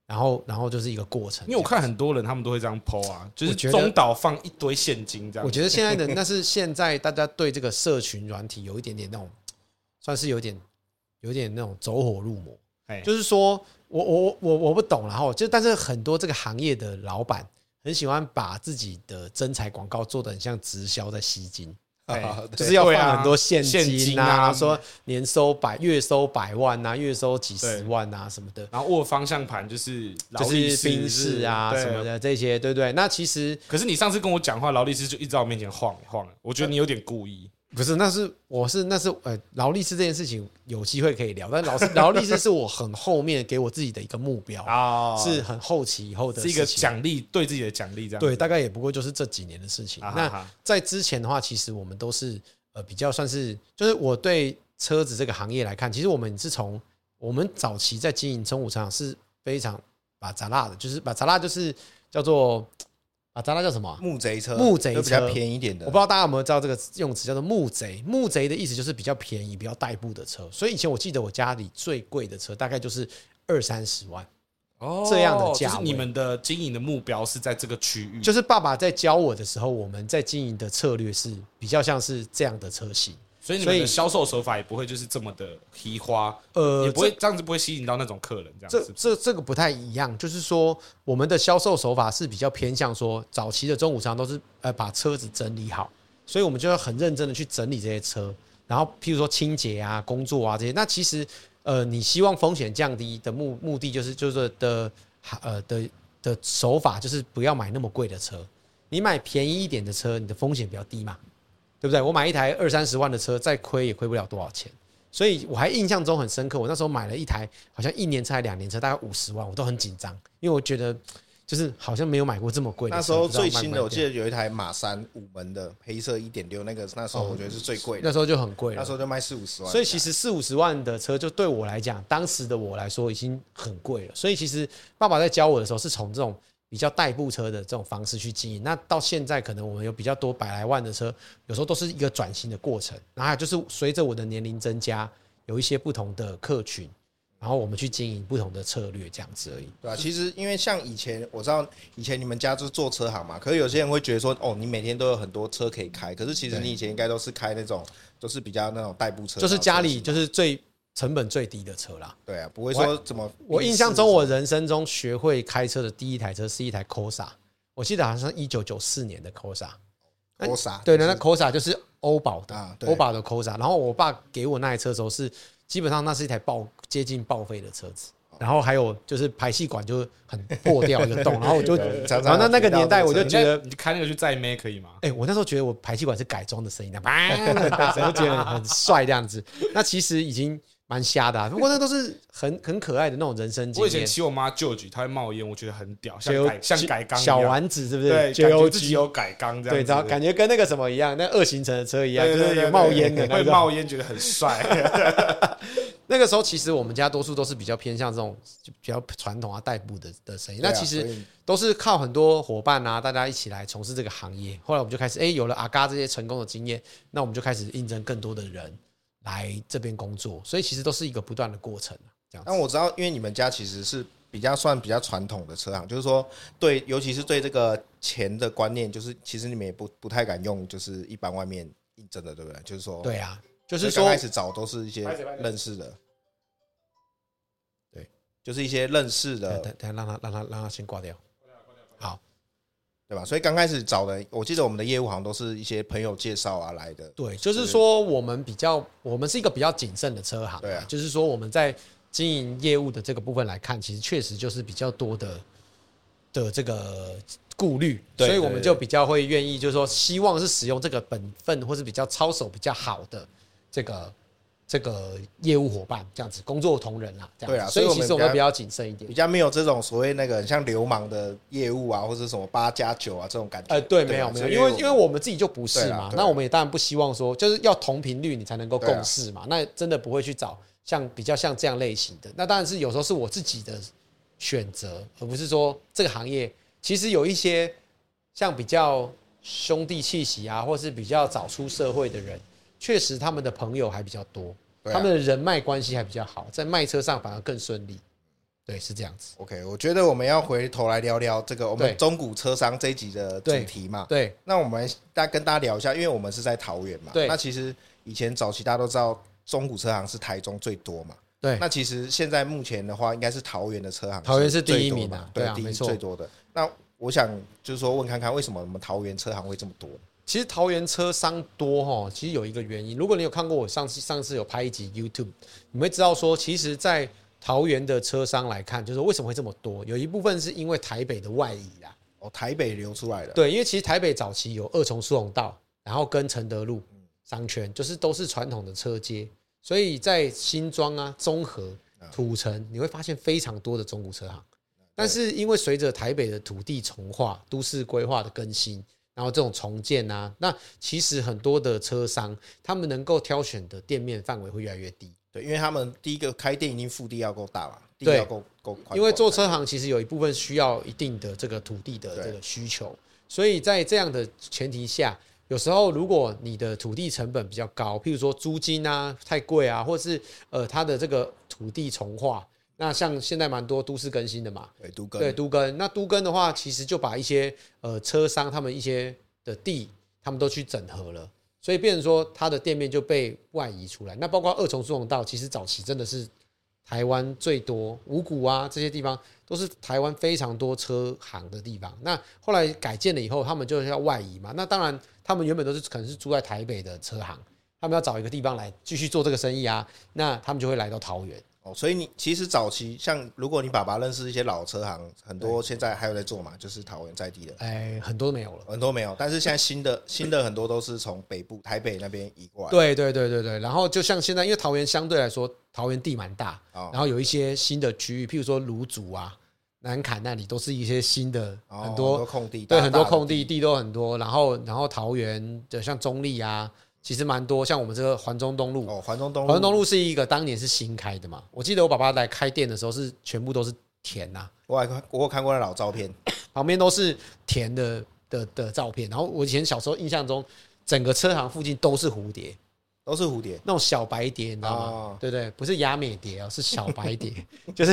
[SPEAKER 1] 然后然后就是一个过程。
[SPEAKER 3] 因为我看很多人他们都会这样剖啊，就是
[SPEAKER 1] 我觉得
[SPEAKER 3] 中岛放一堆现金这样。
[SPEAKER 1] 我觉得现在的那是现在大家对这个社群软体有一点点那种，算是有点有点那种走火入魔。
[SPEAKER 3] 哎
[SPEAKER 1] 就是说我我我我不懂，然后就但是很多这个行业的老板很喜欢把自己的真材广告做的很像直销在吸金，
[SPEAKER 2] 啊
[SPEAKER 1] 就
[SPEAKER 2] 对
[SPEAKER 1] 是要
[SPEAKER 3] 对啊
[SPEAKER 1] 放很多现
[SPEAKER 3] 现
[SPEAKER 1] 金
[SPEAKER 3] 金
[SPEAKER 1] 啊，
[SPEAKER 3] 啊
[SPEAKER 1] 说年收百月收百万啊，月收几十
[SPEAKER 3] 对
[SPEAKER 1] 万啊什么的。
[SPEAKER 3] 然后握方向盘就是劳
[SPEAKER 1] 就
[SPEAKER 3] 力
[SPEAKER 1] 是
[SPEAKER 3] 士
[SPEAKER 1] 宾士啊
[SPEAKER 3] 对
[SPEAKER 1] 什么的这些，对不对？那其实
[SPEAKER 3] 可是你上次跟我讲话，劳力士就一直在我面前晃晃，我觉得你有点故意。
[SPEAKER 1] 不是，那是我是那是呃劳力士这件事情有机会可以聊，但劳 劳力士是我很后面给我自己的一个目标，
[SPEAKER 3] 啊，
[SPEAKER 1] 是很后期以后的
[SPEAKER 3] 是一个
[SPEAKER 1] 哦事情
[SPEAKER 3] 奖励，对自己的奖励这样。
[SPEAKER 1] 对，，大概也不过就是这几年的事情。
[SPEAKER 3] 啊哈
[SPEAKER 1] 那
[SPEAKER 3] 哈
[SPEAKER 1] 在之前的话，其实我们都是呃比较算是，就是我对车子这个行业来看，其实我们是从我们早期在经营中午车厂是非常把杂拉的，就是把杂拉就是叫做把杂拉叫什么啊、
[SPEAKER 2] 木贼车，
[SPEAKER 1] 木贼车
[SPEAKER 2] 就比较便宜一点的。
[SPEAKER 1] 我不知道大家有没有知道这个用词叫做木贼。木贼的意思就是比较便宜、比较代步的车。所以以前我记得我家里最贵的车大概就是二三十万，
[SPEAKER 3] 哦
[SPEAKER 1] 这样的价位
[SPEAKER 3] 就是你们的经营的目标是在这个区域，
[SPEAKER 1] 就是爸爸在教我的时候，我们在经营的策略是比较像是这样的车型。
[SPEAKER 3] 所以你们
[SPEAKER 1] 所以
[SPEAKER 3] 的销售手法也不会就是这么的提花，
[SPEAKER 1] 呃
[SPEAKER 3] 也不会这样子不会吸引到那种客人这样
[SPEAKER 1] 这
[SPEAKER 3] 子。
[SPEAKER 1] 这这个不太一样，就是说我们的销售手法是比较偏向说，早期的中午商都是呃把车子整理好，所以我们就要很认真的去整理这些车，然后譬如说清洁啊、工作啊这些。那其实呃，你希望风险降低的目目的就是就是说的呃的的手法就是不要买那么贵的车，你买便宜一点的车，你的风险比较低嘛，对不对？我买一台二三十万的车，再亏也亏不了多少钱。所以我还印象中很深刻，我那时候买了一台好像一年车还两年车，大概五十万，我都很紧张，因为我觉得就是好像没有买过这么贵的车。
[SPEAKER 2] 那时候
[SPEAKER 1] 不知道
[SPEAKER 2] 最
[SPEAKER 1] 卖不
[SPEAKER 2] 新
[SPEAKER 1] 卖
[SPEAKER 2] 的，
[SPEAKER 1] 得
[SPEAKER 2] 我记
[SPEAKER 1] 掉
[SPEAKER 2] 得有一台马三五门的黑色一点六，那个那时候我觉得是最贵的，
[SPEAKER 1] 那时候就很贵了，
[SPEAKER 2] 那时候就卖四五十
[SPEAKER 1] 哦
[SPEAKER 2] 万。
[SPEAKER 1] 所以其啊实四五十万的车，就对我来讲，当时的我来说已经很贵了。所以其实爸爸在教我的时候，是从这种比较代步车的这种方式去经营。那到现在，可能我们有比较多百来万的车，有时候都是一个转型的过程。然后还有就是随着我的年龄增加，有一些不同的客群，然后我们去经营不同的策略，这样子而已。
[SPEAKER 2] 对吧、啊其实因为像以前我知道以前你们家就是做车行嘛，可是有些人会觉得说，哦，你每天都有很多车可以开，可是其实你以前应该都是开那种，都是比较那种代步车，
[SPEAKER 1] 就是家
[SPEAKER 2] 然
[SPEAKER 1] 里
[SPEAKER 2] 后
[SPEAKER 1] 就是最成本最低的车啦。
[SPEAKER 2] 对啊，不会说怎么。
[SPEAKER 1] 我印象中，我人生中学会开车的第一台车是一台 Corsa，我记得好像是一九九四年的 Corsa。
[SPEAKER 2] 我
[SPEAKER 3] 啊
[SPEAKER 2] 傻，
[SPEAKER 1] 对的，那 Corsa 就是欧宝的
[SPEAKER 2] 啊，对
[SPEAKER 1] 欧宝的 Corsa。然后我爸给我那台车的时候是，基本上那是一台报接近报废的车子。
[SPEAKER 3] 哦
[SPEAKER 1] 然后还有就是排气管就很破掉一个洞，然后我 就，
[SPEAKER 2] 常常
[SPEAKER 1] 然后那那个年代我就
[SPEAKER 2] 听
[SPEAKER 1] 觉得，
[SPEAKER 3] 你开那个去载妹可以吗？
[SPEAKER 1] 哎、我那时候觉得我排气管是改装的声音，那砰很 大声，就觉得很帅这样子。那其实已经蛮瞎的、啊，不过那都是很很可爱的那种人生经
[SPEAKER 3] 我以前
[SPEAKER 1] 验。
[SPEAKER 3] 骑我妈旧局，她会冒烟，我觉得很屌，像
[SPEAKER 1] JO
[SPEAKER 3] 改像改缸一
[SPEAKER 1] 小
[SPEAKER 3] 样，
[SPEAKER 1] 丸子是不是？
[SPEAKER 3] 对，感
[SPEAKER 1] JOG
[SPEAKER 3] 觉自己有改缸这样
[SPEAKER 1] 对，
[SPEAKER 3] 子，
[SPEAKER 1] 然后感觉跟那个什么一样，那二行程的车一样，
[SPEAKER 3] 对
[SPEAKER 1] 就
[SPEAKER 3] 对
[SPEAKER 1] 是
[SPEAKER 3] 对
[SPEAKER 1] 有冒烟的
[SPEAKER 3] 对会
[SPEAKER 1] 那种。
[SPEAKER 3] 冒烟，觉得很帅。
[SPEAKER 1] 那个时候其实我们家多数都是比较偏向这种就比较传统啊代步的的生意，
[SPEAKER 2] 对啊
[SPEAKER 1] 那其实
[SPEAKER 2] 所以
[SPEAKER 1] 都是靠很多伙伴啊，大家一起来从事这个行业。后来我们就开始，哎、有了阿嘎这些成功的经验，那我们就开始应征更多的人来这边工作，所以其实都是一个不断的过程啊这样子
[SPEAKER 2] 但我知道，因为你们家其实是比较算比较传统的车行，就是说对，尤其是对这个钱的观念，就是其实你们也不不太敢用，就是一般外面应征的，对不对？就是说，，
[SPEAKER 1] 对啊，就
[SPEAKER 2] 就是刚
[SPEAKER 1] 说
[SPEAKER 2] 开始找都是一些
[SPEAKER 3] 拍谁拍谁
[SPEAKER 2] 认识的，
[SPEAKER 1] 对，
[SPEAKER 2] 就是一些认识
[SPEAKER 1] 等
[SPEAKER 2] 的，
[SPEAKER 1] 等等，让他让他让他先挂掉。好，
[SPEAKER 2] 对吧？所以刚开始找的，我记得我们的业务好像都是一些朋友介绍啊来的，
[SPEAKER 1] 对，就是说我们比较，我们是一个比较谨慎的车行、
[SPEAKER 2] 对啊
[SPEAKER 1] 就是说我们在经营业务的这个部分来看，其实确实就是比较多的的这个顾虑，
[SPEAKER 2] 对
[SPEAKER 1] 所以我们
[SPEAKER 2] 对
[SPEAKER 1] 就比较会愿意，就是说希望是使用这个本分或是比较操守比较好的这个这个业务伙伴这样子，工作同仁啦，这样子
[SPEAKER 2] 对啊
[SPEAKER 1] 所以
[SPEAKER 2] 所以我
[SPEAKER 1] 其
[SPEAKER 2] 们
[SPEAKER 1] 实我们
[SPEAKER 2] 比较
[SPEAKER 1] 比较谨慎一点
[SPEAKER 2] 比。较没有这种所谓那个很像流氓的业务啊，或者什么八加九啊这种感觉。
[SPEAKER 1] 呃，对，
[SPEAKER 2] 啊
[SPEAKER 1] 没有没有，
[SPEAKER 2] 所以
[SPEAKER 1] 因为因为我们自己就不是
[SPEAKER 2] 对啦
[SPEAKER 1] 嘛，
[SPEAKER 2] 对
[SPEAKER 1] 那
[SPEAKER 2] 啦
[SPEAKER 1] 我们也当然不希望说，就是要同频率你才能够
[SPEAKER 2] 对啊
[SPEAKER 1] 共事嘛，那真的不会去找像比较像这样类型的，那当然是有时候是我自己的选择，而不是说这个行业其实有一些像比较兄弟气息啊，或是比较早出社会的人，确实他们的朋友还比较多，
[SPEAKER 2] 对啊
[SPEAKER 1] 他们的人脉关系还比较好，在卖车上反而更顺利，对，是这样子，
[SPEAKER 2] OK，我觉得我们要回头来聊聊这个我
[SPEAKER 1] 对
[SPEAKER 2] 们中古车商这一集的主
[SPEAKER 1] 对
[SPEAKER 2] 题嘛。
[SPEAKER 1] 对
[SPEAKER 2] 那我们大跟大家聊一下，因为我们是在桃园嘛。
[SPEAKER 1] 对
[SPEAKER 2] 那其实以前早期大家都知道，中古车行是台中最多嘛。
[SPEAKER 1] 对
[SPEAKER 2] 那其实现在目前的话，应该是桃园的车行，
[SPEAKER 1] 桃园是第一
[SPEAKER 2] 最多
[SPEAKER 1] 名
[SPEAKER 2] 嘛
[SPEAKER 1] 啊对
[SPEAKER 2] 对
[SPEAKER 1] 啊
[SPEAKER 2] 第
[SPEAKER 1] 没
[SPEAKER 2] 一
[SPEAKER 1] 错
[SPEAKER 2] 最多的。那我想就是说问看看，为什么我们桃园车行会这么多？
[SPEAKER 1] 其实桃园车商多哈，其实有一个原因。如果你有看过我上次上次有拍一集 YouTube，你会知道说，其实，在桃园的车商来看，就是为什么会这么多，有一部分是因为台北的外移啊。
[SPEAKER 2] 哦，台北流出来的。
[SPEAKER 1] 对，因为其实台北早期有二重疏洪道，然后跟承德路商圈，就是都是传统的车街，所以在新庄啊、中和、土城，你会发现非常多的中古车行。但是因为随着台北的土地重化、都市规划的更新，然后这种重建啊，那其实很多的车商他们能够挑选的店面范围会越来越低，
[SPEAKER 2] 对，因为他们第一个开店已经腹地要够大嘛，地
[SPEAKER 1] 对
[SPEAKER 2] 要够够宽广，
[SPEAKER 1] 因为做车行其实有一部分需要一定的这个土地的
[SPEAKER 2] 对
[SPEAKER 1] 这个需求，所以在这样的前提下，有时候如果你的土地成本比较高，譬如说租金啊太贵啊，或是呃它的这个土地重化，那像现在蛮多都市更新的嘛，
[SPEAKER 2] 对都
[SPEAKER 1] 对
[SPEAKER 2] 跟
[SPEAKER 1] 都更，那都更的话，其实就把一些呃车商他们一些的地，他们都去整合了，所以变成说它的店面就被外移出来。那包括二重疏洪道，其实早期真的是台湾最多，五股啊这些地方都是台湾非常多车行的地方。那后来改建了以后，他们就是要外移嘛。那当然，他们原本都是可能是住在台北的车行，他们要找一个地方来继续做这个生意啊，那他们就会来到桃园。
[SPEAKER 2] 哦，所以你其实早期像如果你爸爸认识一些老车行，很多现在还有在做嘛，就是桃园在地的
[SPEAKER 1] 哎，很多都没有了。
[SPEAKER 2] 很多没有，但是现在新的新的很多都是从北部台北那边移过来，
[SPEAKER 1] 对对对对对，然后就像现在，因为桃园相对来说，桃园地蛮大，
[SPEAKER 2] 哦
[SPEAKER 1] 然后有一些新的区域，譬如说芦竹啊、南坎那里，都是一些新的、
[SPEAKER 2] 哦
[SPEAKER 1] 很
[SPEAKER 2] 多
[SPEAKER 1] 多
[SPEAKER 2] 空地，
[SPEAKER 1] 对
[SPEAKER 2] 大
[SPEAKER 1] 很多
[SPEAKER 2] 大的
[SPEAKER 1] 空地，地都很多。然后然后桃园的像中立啊，其实蛮多，像我们这个环中东路，
[SPEAKER 2] 哦，环中东
[SPEAKER 1] 环中东路是一个当年是新开的嘛，我记得我爸爸来开店的时候是全部都是田呐、
[SPEAKER 2] 我还看我有看过那老照片，
[SPEAKER 1] 旁边都是田的的的照片。然后我以前小时候印象中，整个车行附近都是蝴蝶。
[SPEAKER 2] 都是蝴蝶，
[SPEAKER 1] 那种小白蝶，你知道吗？
[SPEAKER 2] 哦
[SPEAKER 1] 对对，不是雅美蝶哦，是小白 蝶，就是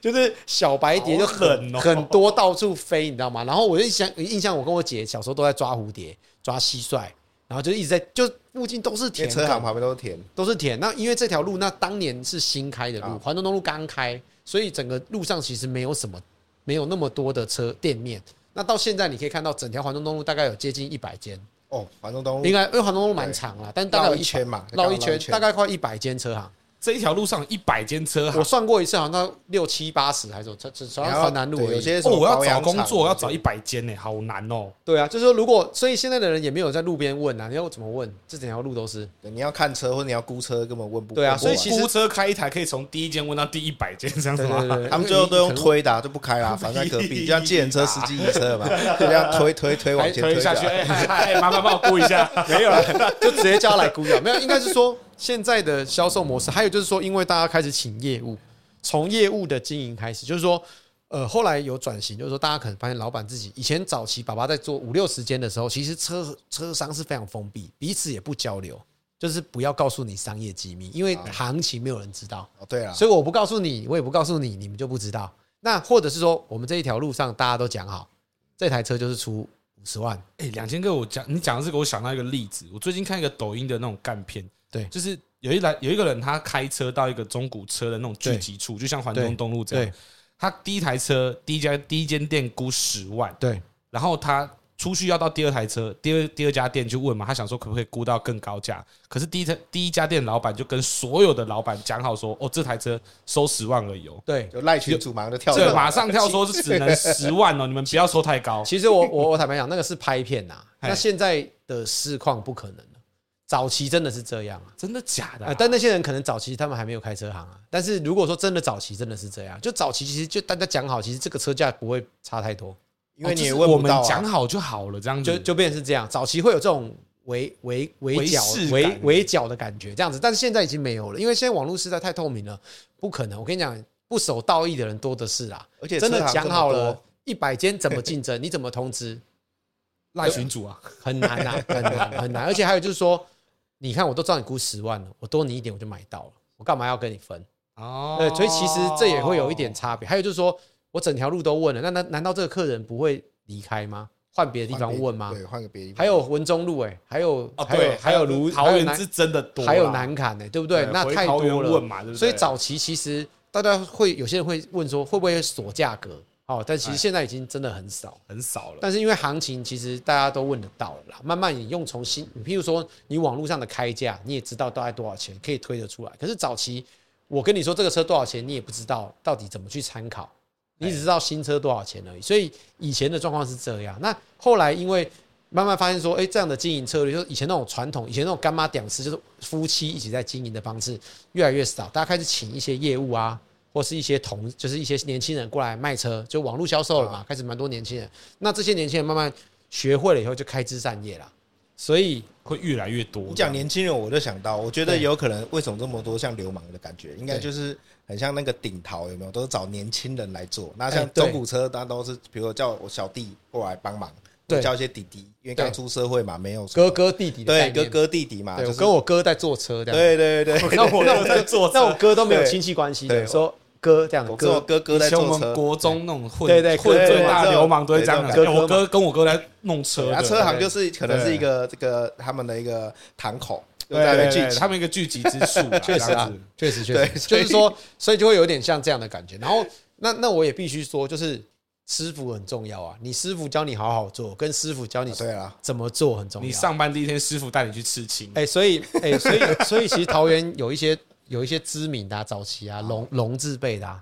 [SPEAKER 1] 就是小白蝶就
[SPEAKER 3] 好
[SPEAKER 1] 很
[SPEAKER 3] 狠哦
[SPEAKER 1] 很多到处飞，你知道吗？然后我就想印象，我跟我姐小时候都在抓蝴蝶、抓蟋蟀，然后就一直在就附近都是
[SPEAKER 2] 因
[SPEAKER 1] 田
[SPEAKER 2] 为车行
[SPEAKER 1] 埂
[SPEAKER 2] 旁边都是田，
[SPEAKER 1] 都是田。那因为这条路那当年是新开的路，
[SPEAKER 2] 啊
[SPEAKER 1] 环中东路刚开，所以整个路上其实没有什么，没有那么多的车店面。那到现在你可以看到，整条环中东路大概有接近一百间，
[SPEAKER 2] 哦，环中东
[SPEAKER 1] 应
[SPEAKER 2] 路
[SPEAKER 1] 该因为环中东路蛮长了，但大概
[SPEAKER 2] 绕
[SPEAKER 1] 有
[SPEAKER 2] 一圈嘛，
[SPEAKER 1] 绕一
[SPEAKER 2] 刚好
[SPEAKER 1] 圈，大概快一百间车行。
[SPEAKER 3] 这一条路上一百间车行
[SPEAKER 1] 我，算过一次，好像六七八十还是只只只
[SPEAKER 2] 啊然
[SPEAKER 1] 要
[SPEAKER 2] 后
[SPEAKER 1] 环南路
[SPEAKER 2] 对
[SPEAKER 1] 而
[SPEAKER 2] 有
[SPEAKER 1] 已。
[SPEAKER 2] 些什
[SPEAKER 3] 哦，
[SPEAKER 2] 么
[SPEAKER 3] 我要
[SPEAKER 2] 保
[SPEAKER 3] 找
[SPEAKER 2] 养
[SPEAKER 3] 工
[SPEAKER 2] 厂
[SPEAKER 3] 作要找一百间呢，好难哦。
[SPEAKER 1] 对啊，就是说如果所以现在的人也没有在路边问啊，你要怎么问？这整条路都是。
[SPEAKER 2] 对你要看车或者你要估车，根本问不
[SPEAKER 1] 对啊
[SPEAKER 2] 问不
[SPEAKER 1] 所以
[SPEAKER 2] 完
[SPEAKER 1] 其实
[SPEAKER 3] 估车开一台可以从第一间问到第一百间，这样子
[SPEAKER 1] 对 对
[SPEAKER 3] 吗？
[SPEAKER 1] 对，
[SPEAKER 2] 他们最后都用推的啊、就不开啦，反正在隔壁，就像计程车司 机移车嘛，就这样推推推啊往前
[SPEAKER 3] 推下
[SPEAKER 2] 下
[SPEAKER 3] 去，哎嗨嗨，麻烦帮我估一下。
[SPEAKER 1] 没有 了，就直接叫他来估价。没有，应该是说现在的销售模式，还有就是说，因为大家开始请业务，从业务的经营开始，就是说，呃，后来有转型，就是说大家可能发现老板自己以前早期爸爸在做五六十间的时候，其实车车商是非常封闭，彼此也不交流，就是不要告诉你商业机密，因为行情没有人知道。
[SPEAKER 2] 哦，对啦，
[SPEAKER 1] 所以我不告诉你，我也不告诉你，你们就不知道。那或者是说，我们这一条路上大家都讲好，这台车就是出五十万，
[SPEAKER 3] 哎，两千个，我讲你讲的这个，我想到一个例子。我最近看一个抖音的那种干片，
[SPEAKER 1] 对
[SPEAKER 3] 就是有一来有一个人，他开车到一个中古车的那种聚集处，就像环中东路这样。他第一台车，第一家第一间店估十万，
[SPEAKER 1] 对
[SPEAKER 3] 然后他出去要到第二台车，第二第二家店去问嘛，他想说可不可以估到更高价，可是第一台第一家店老板就跟所有的老板讲好说，哦，这台车收十万而已哦，
[SPEAKER 1] 对，
[SPEAKER 2] 就赖群主马上就跳
[SPEAKER 3] 这
[SPEAKER 2] 了，
[SPEAKER 3] 马上跳说是只能十万 哦，你们不要收太高。
[SPEAKER 1] 其实我我我坦白讲，那个是拍片呐、
[SPEAKER 3] 嘿
[SPEAKER 1] 那现在的市况不可能了，早期真的是这样啊。
[SPEAKER 3] 真的假的、
[SPEAKER 1] 啊、但那些人可能早期他们还没有开车行啊。但是如果说真的早期真的是这样，就早期其实就大家讲好，其实这个车价不会差太多，
[SPEAKER 2] 因为你也
[SPEAKER 3] 哦就是
[SPEAKER 2] 问
[SPEAKER 3] 我
[SPEAKER 2] 不
[SPEAKER 3] 们
[SPEAKER 2] 到
[SPEAKER 3] 讲
[SPEAKER 2] 啊。
[SPEAKER 3] 好就好了，这样子
[SPEAKER 1] 就就变成是这样。早期会有这种围围围剿
[SPEAKER 3] 围视
[SPEAKER 1] 围
[SPEAKER 3] 感
[SPEAKER 1] 围剿的感觉，这样子。但是现在已经没有了，因为现在网络时代太透明了，不可能。我跟你讲，不守道义的人多的是啊，
[SPEAKER 2] 而且
[SPEAKER 1] 真的
[SPEAKER 2] 车行
[SPEAKER 1] 讲
[SPEAKER 2] 这么
[SPEAKER 1] 好
[SPEAKER 2] 多
[SPEAKER 1] 了，一百间怎么竞争，你怎么通知？
[SPEAKER 3] 赖群主啊，
[SPEAKER 1] 很难啊，很难很难。而且还有就是说，你看我都照你估十万了，我多你一点我就买到了，我干嘛要跟你分？
[SPEAKER 3] 哦
[SPEAKER 1] 对，所以其实这也会有一点差别。还有就是说我整条路都问了，那难难道这个客人不会离开吗？换别的地方问吗？
[SPEAKER 2] 对，换个别的地方。
[SPEAKER 1] 还有文中路哎、还有、
[SPEAKER 3] 哦，
[SPEAKER 1] 还有
[SPEAKER 3] 对，
[SPEAKER 1] 还有卢
[SPEAKER 3] 桃园
[SPEAKER 1] 还有
[SPEAKER 3] 是真的多
[SPEAKER 1] 南
[SPEAKER 3] 啦，
[SPEAKER 1] 还有南坎呢、对不对？那
[SPEAKER 3] 回
[SPEAKER 1] 太
[SPEAKER 3] 桃园
[SPEAKER 1] 多了
[SPEAKER 3] 问。嘛，对不对？
[SPEAKER 1] 所以早期其实大家会有些人会问说会不会锁价格？哦，但其实
[SPEAKER 3] 哎
[SPEAKER 1] 现在已经真的很少。
[SPEAKER 3] 很少了，
[SPEAKER 1] 但是因为行情其实大家都问得到了啦，慢慢你用从新，你譬如说你网络上的开价，你也知道大概多少钱，可以推得出来。可是早期我跟你说这个车多少钱，你也不知道到底怎么去参考，你只知道新车多少钱而已。所以以前的状况是这样。那后来因为慢慢发现说，哎、这样的经营策略，就是以前那种传统，以前那种干妈屌丝，就是夫妻一起在经营的方式越来越少，大家开始请一些业务啊。或是一些同，就是一些年轻人过来卖车，就网络销售了嘛，开始蛮多年轻人。那这些年轻人慢慢学会了以后，就开枝散叶啦。所以
[SPEAKER 3] 会越来越多。
[SPEAKER 2] 你讲年轻人，我就想到，我觉得
[SPEAKER 1] 对
[SPEAKER 2] 有可能为什么这么多像流氓的感觉，应该
[SPEAKER 1] 对
[SPEAKER 2] 就是很像那个顶桃有没有，都是找年轻人来做。那
[SPEAKER 1] 哎
[SPEAKER 2] 像
[SPEAKER 1] 对
[SPEAKER 2] 中古车，那都是比如说叫我小弟过来帮忙，
[SPEAKER 1] 对
[SPEAKER 2] 或叫一些弟弟，因为
[SPEAKER 1] 对
[SPEAKER 2] 刚出社会嘛，没有什么
[SPEAKER 1] 哥哥弟弟的概
[SPEAKER 2] 对
[SPEAKER 1] 念
[SPEAKER 2] 哥，哥弟弟嘛，
[SPEAKER 1] 对
[SPEAKER 2] 就
[SPEAKER 1] 我
[SPEAKER 2] 是
[SPEAKER 1] 跟我哥在坐车这样。
[SPEAKER 2] 对对对 对，
[SPEAKER 1] 那我那我
[SPEAKER 3] 在坐车
[SPEAKER 1] 那我哥都没有亲戚关系的，
[SPEAKER 2] 对
[SPEAKER 1] 说哥这样的
[SPEAKER 2] 我跟我
[SPEAKER 1] 哥，
[SPEAKER 2] 哥哥
[SPEAKER 3] 以
[SPEAKER 2] 在
[SPEAKER 3] 前
[SPEAKER 2] 坐
[SPEAKER 3] 我们
[SPEAKER 2] 车，
[SPEAKER 3] 国中那种混
[SPEAKER 1] 对对
[SPEAKER 3] 混最大的流氓都会这样
[SPEAKER 2] 对
[SPEAKER 1] 对
[SPEAKER 3] 讲。哎
[SPEAKER 1] 对
[SPEAKER 3] 我哥跟我哥在弄车
[SPEAKER 2] 对
[SPEAKER 3] 的，
[SPEAKER 2] 啊，车行就是可能是一个这个他们的一个堂口，就
[SPEAKER 3] 对
[SPEAKER 2] 在那
[SPEAKER 3] 对
[SPEAKER 2] 边聚
[SPEAKER 3] 对，
[SPEAKER 2] 集
[SPEAKER 3] 他们一个聚集之处啦，
[SPEAKER 1] 确实
[SPEAKER 3] 这样
[SPEAKER 1] 啊
[SPEAKER 3] 子，
[SPEAKER 1] 确实确
[SPEAKER 2] 对
[SPEAKER 1] 实，就
[SPEAKER 2] 所以
[SPEAKER 1] 是说，所以就会有点像这样的感觉。然后那那我也必须说，就是师傅很重要啊，你师傅教你好好做，跟师傅教你
[SPEAKER 2] 啊 对啊，
[SPEAKER 1] 怎么做很重要。
[SPEAKER 3] 你上班第一天，师傅带你去吃青，
[SPEAKER 1] 哎、所以哎、所以所以其实桃园有一些有一些知名的、啊、早期啊，龙龙字辈的、啊，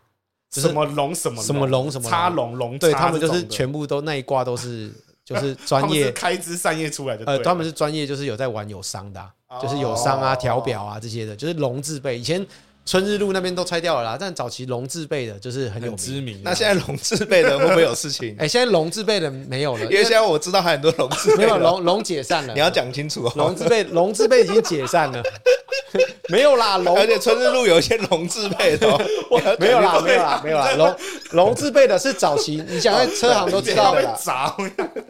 [SPEAKER 1] 就是
[SPEAKER 3] 什么龙什么
[SPEAKER 1] 什么龙什么龙
[SPEAKER 3] 插龙龙，
[SPEAKER 1] 对
[SPEAKER 3] 叉
[SPEAKER 1] 他们就
[SPEAKER 3] 这
[SPEAKER 1] 是
[SPEAKER 3] 种的
[SPEAKER 1] 全部都那一挂都是就是
[SPEAKER 3] 他
[SPEAKER 1] 专
[SPEAKER 3] 们是
[SPEAKER 1] 业，
[SPEAKER 3] 开枝散叶出来的，
[SPEAKER 1] 呃，
[SPEAKER 3] 对
[SPEAKER 1] 他们是专业就是有在玩友商的啊、
[SPEAKER 3] 哦
[SPEAKER 1] 就是友商啊、调表啊这些的，就是龙字辈。以前春日路那边都拆掉了啦，但早期龙字辈的就是很有
[SPEAKER 3] 很知
[SPEAKER 1] 名。
[SPEAKER 3] 名啊。
[SPEAKER 2] 那现在龙字辈的会不会有事情
[SPEAKER 1] 哎、？现在龙字辈的没有了，
[SPEAKER 2] 因为现在我知道还很多龙字
[SPEAKER 1] 没
[SPEAKER 2] 辈
[SPEAKER 1] 有
[SPEAKER 2] 的，
[SPEAKER 1] 龙龙解散了
[SPEAKER 2] 你。要讲清楚哦。
[SPEAKER 1] 龙字辈，龙字辈已经解散了， 没有啦，龙
[SPEAKER 2] 而且春日路有一些龙字辈的、哦，
[SPEAKER 1] 没有啦，没有啦，没有啦。龙龙字辈的是早期，你想在车行都知道的
[SPEAKER 2] 哦
[SPEAKER 3] 被
[SPEAKER 1] 啦。
[SPEAKER 3] 砸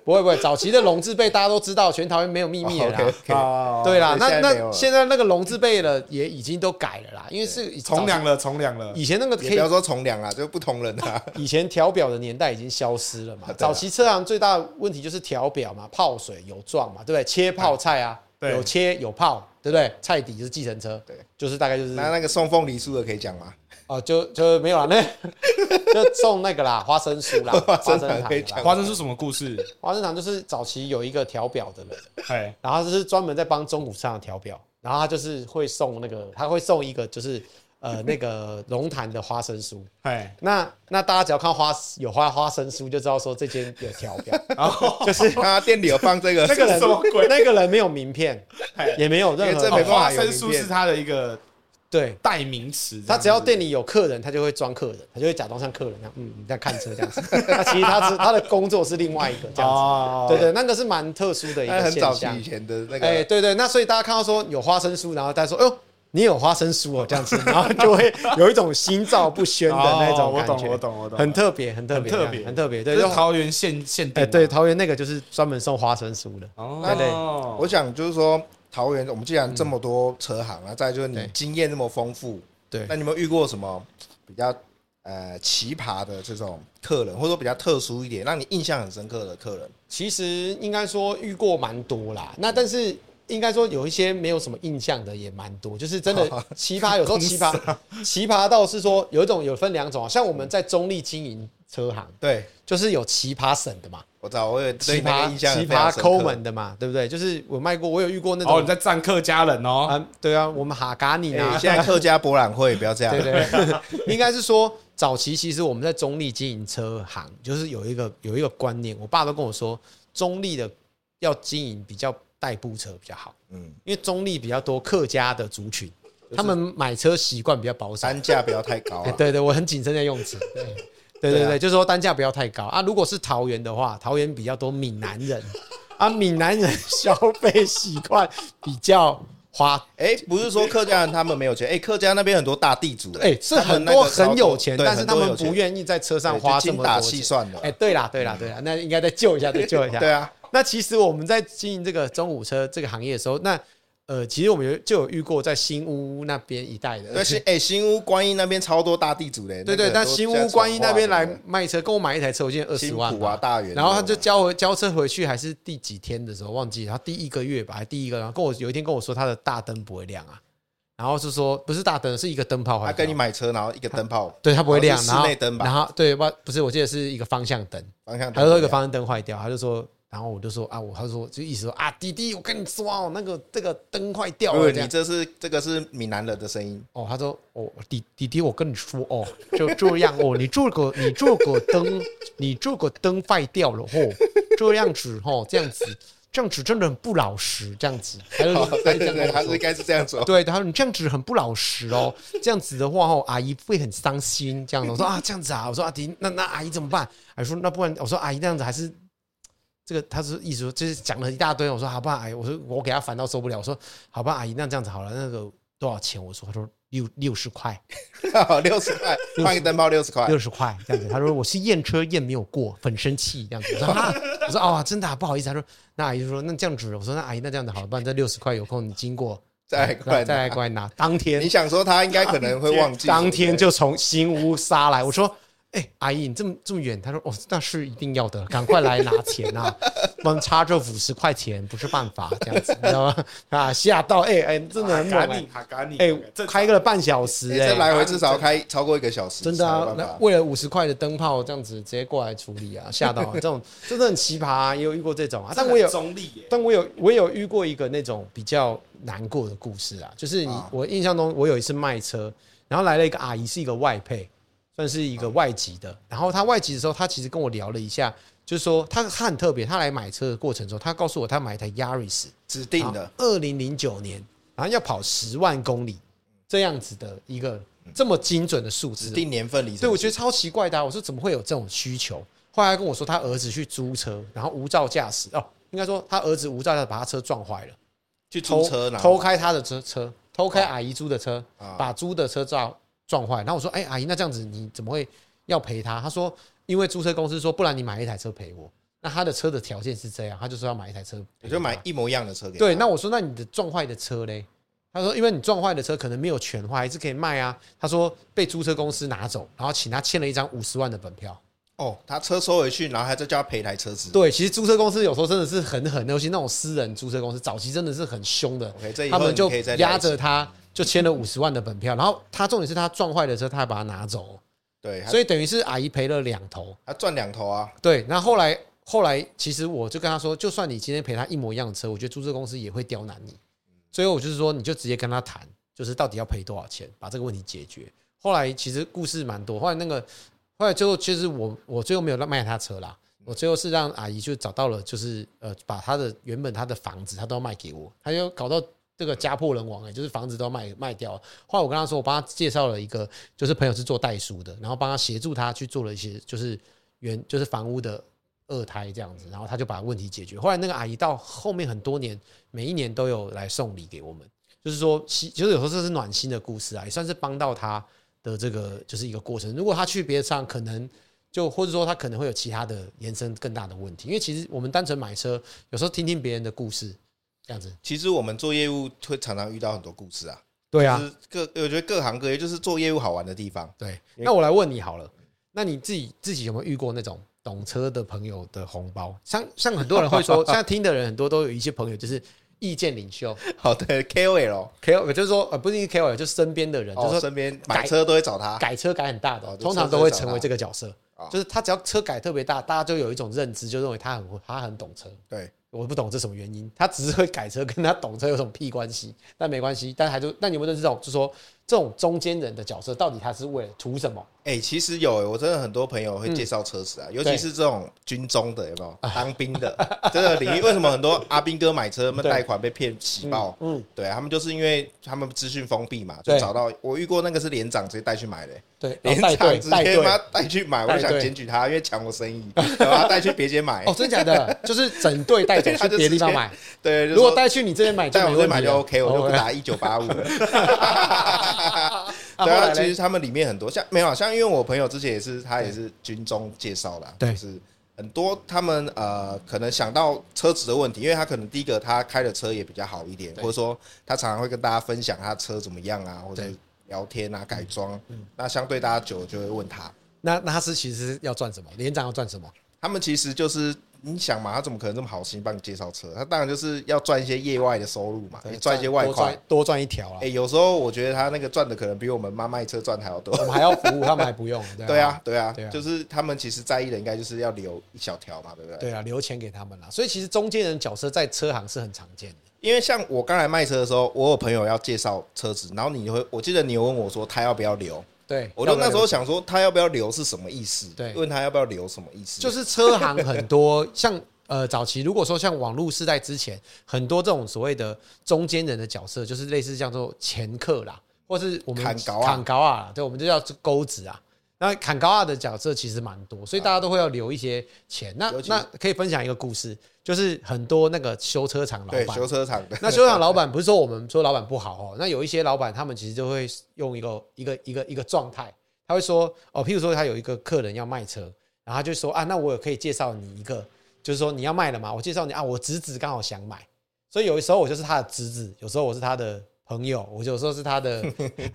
[SPEAKER 1] 不会不会，早期的龙字辈大家都知道，全桃园没有秘密了
[SPEAKER 2] 哦
[SPEAKER 1] 啦。
[SPEAKER 3] 啊！
[SPEAKER 1] 哦对啦，
[SPEAKER 2] 对
[SPEAKER 1] 那
[SPEAKER 2] 现在没
[SPEAKER 1] 那
[SPEAKER 2] 有了
[SPEAKER 1] 现在那个龙字辈的也已经都改了啦，因为是
[SPEAKER 3] 从良了，从良了
[SPEAKER 1] 早期。以前那个
[SPEAKER 2] 也
[SPEAKER 1] 可
[SPEAKER 2] 不要
[SPEAKER 1] 以，
[SPEAKER 2] 说从良啊啦，就不同人 啦。
[SPEAKER 1] 以前调表的年代已经消失了嘛。
[SPEAKER 2] 啊对啊
[SPEAKER 1] 早期车行最大的问题就是调表嘛，泡水有撞嘛，对不对？切泡菜啊，
[SPEAKER 3] 对
[SPEAKER 1] 有切有泡，对不对？菜底就是计程车，
[SPEAKER 2] 对，
[SPEAKER 1] 就是大概就是
[SPEAKER 2] 那那个送凤梨酥的可以讲吗？
[SPEAKER 1] 哦，就就没有啦，那 就送那个啦，花生酥啦， 花
[SPEAKER 2] 花
[SPEAKER 1] 生
[SPEAKER 2] 生
[SPEAKER 1] 糖
[SPEAKER 2] 可以
[SPEAKER 1] 啦
[SPEAKER 2] 讲
[SPEAKER 3] 花生是什么故事？
[SPEAKER 1] 花生糖就是早期有一个调表的人，
[SPEAKER 3] 哎，
[SPEAKER 1] 然后他就是专门在帮中古市场调表，然后他就是会送那个，他会送一个就是呃那个龙潭的花生酥。
[SPEAKER 3] 哎，
[SPEAKER 1] 那那大家只要看花有花花生酥，就知道说这间有调 表。
[SPEAKER 3] 然后
[SPEAKER 2] 就是他店里有放 这个，
[SPEAKER 1] 那
[SPEAKER 3] 那
[SPEAKER 1] 个人
[SPEAKER 3] 什么鬼
[SPEAKER 1] 那个人没有名片
[SPEAKER 3] 哎，
[SPEAKER 1] 也没有任
[SPEAKER 2] 因为这
[SPEAKER 1] 何哦
[SPEAKER 2] 没办法
[SPEAKER 3] 花
[SPEAKER 2] 有
[SPEAKER 3] 生
[SPEAKER 2] 名
[SPEAKER 3] 酥
[SPEAKER 2] 片
[SPEAKER 3] 是他的一个
[SPEAKER 1] 对。
[SPEAKER 3] 代名词。
[SPEAKER 1] 他只要店
[SPEAKER 3] 你
[SPEAKER 1] 里有客人，他就会装客人，他就会假装像客人那 样，嗯，你在看车这样子。那其实他是他的工作是另外一个这样子。
[SPEAKER 3] 哦
[SPEAKER 1] 对对，那个是蛮特殊的一
[SPEAKER 2] 那
[SPEAKER 1] 个
[SPEAKER 2] 很
[SPEAKER 1] 现
[SPEAKER 2] 早期
[SPEAKER 1] 象
[SPEAKER 2] 以。前的那
[SPEAKER 1] 哎、
[SPEAKER 2] 个，
[SPEAKER 1] 对对，那所以大家看到说有花生酥，然后大家说，哎呦，你有花生酥哦，这样子，然后就 会有一种心照不宣的那种
[SPEAKER 3] 哦
[SPEAKER 1] 感觉，
[SPEAKER 3] 我懂我懂我懂
[SPEAKER 1] 很特别，很特别，
[SPEAKER 3] 很特别
[SPEAKER 1] 很特别，对，
[SPEAKER 3] 这
[SPEAKER 1] 就是
[SPEAKER 3] 桃园限限
[SPEAKER 1] 哎、
[SPEAKER 3] 定。
[SPEAKER 1] 对，，桃园那个就是专门送花生酥的，
[SPEAKER 3] 哦，
[SPEAKER 1] 对对
[SPEAKER 2] 我想就是说，桃园我们既然这么多车行啊，再来就是你
[SPEAKER 1] 对
[SPEAKER 2] 经验那么丰富，
[SPEAKER 1] 对
[SPEAKER 2] 那，你有没有遇过什么比较呃奇葩的这种客人，或者说比较特殊一点，让你印象很深刻的客人？
[SPEAKER 1] 其实应该说遇过蛮多啦，那但是应该说有一些没有什么印象的也蛮多，就是真的奇葩，有时候奇葩，奇葩到是说有一种有分两种啊，像我们在中立经营车行，
[SPEAKER 2] 对，
[SPEAKER 1] 就是有奇葩省的嘛，
[SPEAKER 2] 我找我有对
[SPEAKER 1] 奇
[SPEAKER 2] 你那
[SPEAKER 1] 葩
[SPEAKER 2] 个印象
[SPEAKER 1] 奇
[SPEAKER 2] 非常
[SPEAKER 1] 葩
[SPEAKER 2] 深
[SPEAKER 1] 抠
[SPEAKER 2] 刻
[SPEAKER 1] 门的嘛，对不对？就是我卖过，我有遇过那
[SPEAKER 3] 哦，
[SPEAKER 1] 种
[SPEAKER 3] 你在赞客家人哦，
[SPEAKER 1] 啊，对啊，我们哈嘎你
[SPEAKER 2] 哎
[SPEAKER 1] 啊，
[SPEAKER 2] 现在客家博览会不要这 样
[SPEAKER 1] 对，对， 应该是说早期其实我们在中立经营车行，就是有一个有一个观念，我爸都跟我说，中立的要经营比较代步车比较好，
[SPEAKER 2] 嗯，
[SPEAKER 1] 因为中立比较多客家的族群，他们买车习惯比较保守。
[SPEAKER 2] 单价不要太高
[SPEAKER 1] 哎
[SPEAKER 2] 啊。
[SPEAKER 1] 对对，我很谨慎在用词。 对对
[SPEAKER 2] 对
[SPEAKER 1] 对
[SPEAKER 2] 啊
[SPEAKER 1] 对，就是说单价不要太高啊。如果是桃园的话，桃园比较多闽南人啊，闽南人消费习惯比较花
[SPEAKER 2] 哎，不是说客家人他们没有钱，哎，客家那边很多大地主，
[SPEAKER 1] 哎、是
[SPEAKER 2] 他
[SPEAKER 1] 很
[SPEAKER 2] 们那个
[SPEAKER 1] 多很有钱，
[SPEAKER 2] 对
[SPEAKER 1] 但是
[SPEAKER 2] 很
[SPEAKER 1] 他
[SPEAKER 2] 多
[SPEAKER 1] 们
[SPEAKER 2] 有钱
[SPEAKER 1] 不愿意在车上
[SPEAKER 2] 对就
[SPEAKER 1] 花这
[SPEAKER 2] 精
[SPEAKER 1] 么
[SPEAKER 2] 打
[SPEAKER 1] 多
[SPEAKER 2] 细
[SPEAKER 1] 钱。
[SPEAKER 2] 算的
[SPEAKER 1] 哎、，对啦，对啦，对啦，那应该再救 一下，再救一下。
[SPEAKER 2] 对啊，
[SPEAKER 1] 那其实我们在经营这个中古车这个行业的时候，那呃，其实我们有就有遇过在新屋那边一带的，
[SPEAKER 2] 对新哎新屋观音那边超多大地主的，
[SPEAKER 1] 对
[SPEAKER 2] 那
[SPEAKER 1] 对，
[SPEAKER 2] 个
[SPEAKER 1] 但
[SPEAKER 2] 都
[SPEAKER 1] 新
[SPEAKER 2] 在
[SPEAKER 1] 屋观音那边
[SPEAKER 2] 传话
[SPEAKER 1] 来
[SPEAKER 2] 什么的
[SPEAKER 1] 卖车，跟我买一台车，我记得二十万
[SPEAKER 2] 新浦啊
[SPEAKER 1] 吧。
[SPEAKER 2] 大园，
[SPEAKER 1] 然后他就交回交车回去，还是第几天的时候忘记了，他第一个月吧，还第一个，然后跟我有一天跟我说他的大灯不会亮啊，然后是说不是大灯，是一个灯泡坏
[SPEAKER 2] 他
[SPEAKER 1] 掉。
[SPEAKER 2] 跟你买车，然后一个灯泡
[SPEAKER 1] 对，它不会
[SPEAKER 2] 好像
[SPEAKER 1] 亮
[SPEAKER 2] 是，
[SPEAKER 1] 然后
[SPEAKER 2] 室内灯吧
[SPEAKER 1] 然后对，不不是，我记得是一个方向灯，
[SPEAKER 2] 方向灯，
[SPEAKER 1] 他就说一个方向灯坏掉，他就说，然后我就说啊，我他就说就意思说啊，弟弟，我跟你说哦，那个这个灯坏掉
[SPEAKER 2] 不
[SPEAKER 1] 了，
[SPEAKER 2] 是
[SPEAKER 1] 这
[SPEAKER 2] 你
[SPEAKER 1] 样。
[SPEAKER 2] 这是这个是闽南人的 声音，
[SPEAKER 1] 哦，他说哦，弟弟弟，我跟你说哦，就这样哦，你这个你这个灯，你这个灯坏掉了哦，这样子哦，这样子，这样子真的很不老实，这样子，还有
[SPEAKER 2] 好
[SPEAKER 1] 还
[SPEAKER 2] 哦对
[SPEAKER 1] 有这
[SPEAKER 2] 对
[SPEAKER 1] 样
[SPEAKER 2] 对，
[SPEAKER 1] 跟
[SPEAKER 2] 他
[SPEAKER 1] 我
[SPEAKER 2] 是
[SPEAKER 1] 说
[SPEAKER 2] 应该是这样 说。
[SPEAKER 1] 对，他说你这样子很不老实哦，这样子的话哦，阿姨会很伤心。这样子，我说啊，这样子啊，我说阿迪，那那阿姨怎么办？阿姨说那不然，我说阿姨那样子还是这个，他是意思说就是讲了一大堆。我说好吧，阿姨，我说我给他烦到受不了。我说好吧，阿姨，那这样子好了，那个多少钱？我说他说六六十块，
[SPEAKER 2] 六十块换个灯泡六十块，
[SPEAKER 1] 六十块这样子。他说我是验车验没有过，很生气这样子。我说啊，我说哦，真的、啊、不好意思。他说那阿姨就说那这样子，我说那阿姨那这样子好了，不然这六十块有空你经过
[SPEAKER 2] 再
[SPEAKER 1] 再
[SPEAKER 2] 来块
[SPEAKER 1] 再来过来拿，当天
[SPEAKER 2] 你想说他应该可能会忘记，
[SPEAKER 1] 当天就从新屋杀来。我说：“哎、阿姨，你这么这么远？”他说：“哦，那是一定要的，赶快来拿钱啊！ 我们差这五十块钱不是办法，这样子，你知道吗？ 啊，吓到！哎、哎、真的很猛、
[SPEAKER 3] 哈嘎
[SPEAKER 1] 哎
[SPEAKER 3] 尼哈嘎尼，
[SPEAKER 1] 哎、
[SPEAKER 3] 这
[SPEAKER 1] 开个了半小时、
[SPEAKER 2] 对不对
[SPEAKER 1] 哎、
[SPEAKER 2] 哎这来回至少要开超过一个小时，
[SPEAKER 1] 真的
[SPEAKER 2] 才
[SPEAKER 1] 啊
[SPEAKER 2] 有！办
[SPEAKER 1] 那
[SPEAKER 2] 法
[SPEAKER 1] 为了五十块的灯泡，这样子直接过来处理啊，吓到、这种真的很奇葩、啊，也有遇过这种啊。但我有
[SPEAKER 3] 这很中立耶，
[SPEAKER 1] 但我有我有遇过一个那种比较难过的故事啊，就是你、
[SPEAKER 2] 啊
[SPEAKER 1] 我印象中，我有一次卖车，然后来了一个阿姨，是一个外配，算是一个外籍的。然后她外籍的时候，她其实跟我聊了一下，就是说她她很特别，她来买车的过程中，她告诉我她买一台 Yaris，
[SPEAKER 2] 指定的，
[SPEAKER 1] 二零零九年，然后要跑十万公里这样子的一个这么精准的数字
[SPEAKER 2] 指，定年份里程数，
[SPEAKER 1] 对，我觉得超奇怪的啊、我说怎么会有这种需求？后来他跟我说，他儿子去租车，然后无照驾驶哦，应该说他儿子无照驾驶把他车撞坏了，
[SPEAKER 2] 去租
[SPEAKER 1] 偷
[SPEAKER 2] 车然后哦
[SPEAKER 1] 偷开他的车车，偷开阿姨租的车，
[SPEAKER 2] 啊
[SPEAKER 1] 把租的车撞撞坏。然后我说，哎、阿姨，那这样子你怎么会要赔他？他说，因为租车公司说，不然你买一台车赔我。那他的车的条件是这样，他就说要买一台车赔他，
[SPEAKER 2] 我就买一模一样的车给他
[SPEAKER 1] 对，那我说那你的撞坏的车嘞？他说因为你撞坏的车可能没有全坏，还是可以卖啊。他说被租车公司拿走，然后请他签了一张五十万的本票。
[SPEAKER 2] 哦，他车收回去，然后还再叫他赔一台车子。
[SPEAKER 1] 对，其实租车公司有时候真的是很狠的，尤其那种私人租车公司，早期真的是很凶的。
[SPEAKER 2] OK，这以
[SPEAKER 1] 他
[SPEAKER 2] 后
[SPEAKER 1] 们
[SPEAKER 2] 你
[SPEAKER 1] 就
[SPEAKER 2] 可以再聊
[SPEAKER 1] 压
[SPEAKER 2] 一集
[SPEAKER 1] 着他，就签了五十万的本票。然后他重点是他撞坏的车，他还把它拿走，
[SPEAKER 2] 对，哎他
[SPEAKER 1] 所以等于是阿姨赔了两头。
[SPEAKER 2] 他赚两头啊，
[SPEAKER 1] 对，那后来后来，其实我就跟他说，就算你今天赔他一模一样的车，我觉得租车公司也会刁难你。所以我就是说，你就直接跟他谈，就是到底要赔多少钱，把这个问题解决。后来其实故事蛮多，后来那个后来最后其实我我最后没有卖他车啦，我最后是让阿姨就找到了，就是呃把他的原本他的房子他都要卖给我，他就搞到。这个家破人亡哎、就是房子都要卖卖掉了。后来我跟他说，我帮他介绍了一个，就是朋友是做代书的，然后帮他协助他去做了一些，就是原就是房屋的二胎这样子，然后他就把问题解决。后来那个阿姨到后面很多年，每一年都有来送礼给我们，就是说，其就是有时候这是暖心的故事啊，也算是帮到他的这个就是一个过程。如果他去别的上，可能就或者说他可能会有其他的延伸更大的问题，因为其实我们单纯买车，有时候听听别人的故事，这样子。
[SPEAKER 2] 其实我们做业务会常常遇到很多故事啊，
[SPEAKER 1] 对
[SPEAKER 2] 就，是各我觉得各行各业就是做业务好玩的 地方。
[SPEAKER 1] 对。那我来问你好了，那你自己自己有没有遇过那种懂车的朋友的红包？像像很多人会 说，像听的人很多都有一些朋友就是意见领袖
[SPEAKER 2] 好的，KOL
[SPEAKER 1] KOL，就是说呃不是 KOL，就是身边的人，就
[SPEAKER 2] 哦，
[SPEAKER 1] 是说
[SPEAKER 2] 身边
[SPEAKER 1] 改
[SPEAKER 2] 买车都会找他
[SPEAKER 1] 改车改很大的
[SPEAKER 2] 哦，就
[SPEAKER 1] 通常
[SPEAKER 2] 车子
[SPEAKER 1] 都会
[SPEAKER 2] 找
[SPEAKER 1] 成
[SPEAKER 2] 他
[SPEAKER 1] 为这个角色。
[SPEAKER 2] 啊
[SPEAKER 1] 就是他只要车改特别大，大家就有一种认知，就认为他很他很懂车。
[SPEAKER 2] 对，
[SPEAKER 1] 我不懂这什么原因，他只是会改车，跟他懂车有什么屁关系？但没关系，但还就那你有没有认识这种，就说这种中间人的角色，到底他是为了图什么？
[SPEAKER 2] 哎、其实有、欸，我真的很多朋友会介绍车子啊，
[SPEAKER 1] 嗯
[SPEAKER 2] 尤其是这种军中的，有没有当兵的 这个领域？为什么很多阿兵哥买车，他们
[SPEAKER 1] 对
[SPEAKER 2] 贷款被骗洗爆？
[SPEAKER 1] 嗯，
[SPEAKER 2] 对啊他们就是因为他们资讯封闭嘛，就
[SPEAKER 1] 对
[SPEAKER 2] 找到我遇过那个是连长直接带去买的、
[SPEAKER 1] 对，然
[SPEAKER 2] 连
[SPEAKER 1] 后带队
[SPEAKER 2] 长直
[SPEAKER 1] 带
[SPEAKER 2] 接
[SPEAKER 1] 队
[SPEAKER 2] 妈带去买，我
[SPEAKER 1] 带
[SPEAKER 2] 就想
[SPEAKER 1] 队
[SPEAKER 2] 检举他，因为抢我生意，把他带去别间买
[SPEAKER 1] 哦，。真的假 的？就是整队带走
[SPEAKER 2] 对他啊
[SPEAKER 1] 去
[SPEAKER 2] 就
[SPEAKER 1] 别的地
[SPEAKER 2] 直
[SPEAKER 1] 方
[SPEAKER 2] 接
[SPEAKER 1] 买，
[SPEAKER 2] 对，就
[SPEAKER 1] 如果
[SPEAKER 2] 说
[SPEAKER 1] 带去你这边买就
[SPEAKER 2] 在我
[SPEAKER 1] 没
[SPEAKER 2] 这边
[SPEAKER 1] 问题
[SPEAKER 2] 买就
[SPEAKER 1] 了
[SPEAKER 2] OK，我就不
[SPEAKER 1] 哦
[SPEAKER 2] 打一九八五了。
[SPEAKER 1] 啊
[SPEAKER 2] 对
[SPEAKER 1] 后来
[SPEAKER 2] 啊，
[SPEAKER 1] 嘞
[SPEAKER 2] 其实他们里面很多像没有啊像，因为我朋友之前也是他也是军中介绍啦，
[SPEAKER 1] 对
[SPEAKER 2] 就是很多他们呃可能想到车子的问题，因为他可能第一个他开的车也比较好一点，
[SPEAKER 1] 对
[SPEAKER 2] 或者说他常常会跟大家分享他车怎么样啊，或者
[SPEAKER 1] 对嗯
[SPEAKER 2] 聊天啊改装，那相对大家久了就会问他，
[SPEAKER 1] 那那他是其实要赚什么？连长要赚什么？
[SPEAKER 2] 他们其实就是你想嘛，他怎么可能这么好心帮你介绍车？他当然就是要赚一些业外的收入嘛，赚一些外
[SPEAKER 1] 多
[SPEAKER 2] 快
[SPEAKER 1] 赚。多赚一条啦
[SPEAKER 2] 哎、。有时候我觉得他那个赚的可能比我们妈卖车赚的还要多。
[SPEAKER 1] 我们还要服务，他们还不 用。
[SPEAKER 2] 对啊，，对啊
[SPEAKER 1] 对啊，
[SPEAKER 2] 就是他们其实在意的应该就是要留一小条嘛，对不对？
[SPEAKER 1] 对啊，留钱给他们啦。所以其实中间人角色在车行是很常见的。
[SPEAKER 2] 因为像我刚才卖车的时候，我有朋友要介绍车子，然后你会，我记得你有问我说他要不要留，
[SPEAKER 1] 对，
[SPEAKER 2] 我就
[SPEAKER 1] 要
[SPEAKER 2] 那
[SPEAKER 1] 不
[SPEAKER 2] 时
[SPEAKER 1] 然
[SPEAKER 2] 候想说他要不要留是什么意思？
[SPEAKER 1] 对
[SPEAKER 2] 问他要不要留什么意思？
[SPEAKER 1] 就是是车行很多像。呃，早期如果说像网络时代之前，很多这种所谓的中间人的角色，就是类似叫做前客啦，或是我们
[SPEAKER 2] 砍高啊
[SPEAKER 1] 砍高啊啦，对，我们就叫钩子啊。那砍高啊的角色其实蛮多，所以大家都会要留一些钱。那
[SPEAKER 2] 啊尤其是
[SPEAKER 1] 那可以分享一个故事，就是很多那个修车厂老
[SPEAKER 2] 对
[SPEAKER 1] 板
[SPEAKER 2] 修，车厂 的，
[SPEAKER 1] 那修厂老板不是说我们说老板不好哦，那有一些老板他们其实就会用一个一个一个一个状态，他会说哦，譬如说他有一个客人要卖车，然后他就说啊，那我也可以介绍你一个，就是说你要卖了嘛，我介绍你啊，我侄子刚好想买，所以有时候我就是他的侄子，有时候我是他的。朋友，我有时候是他的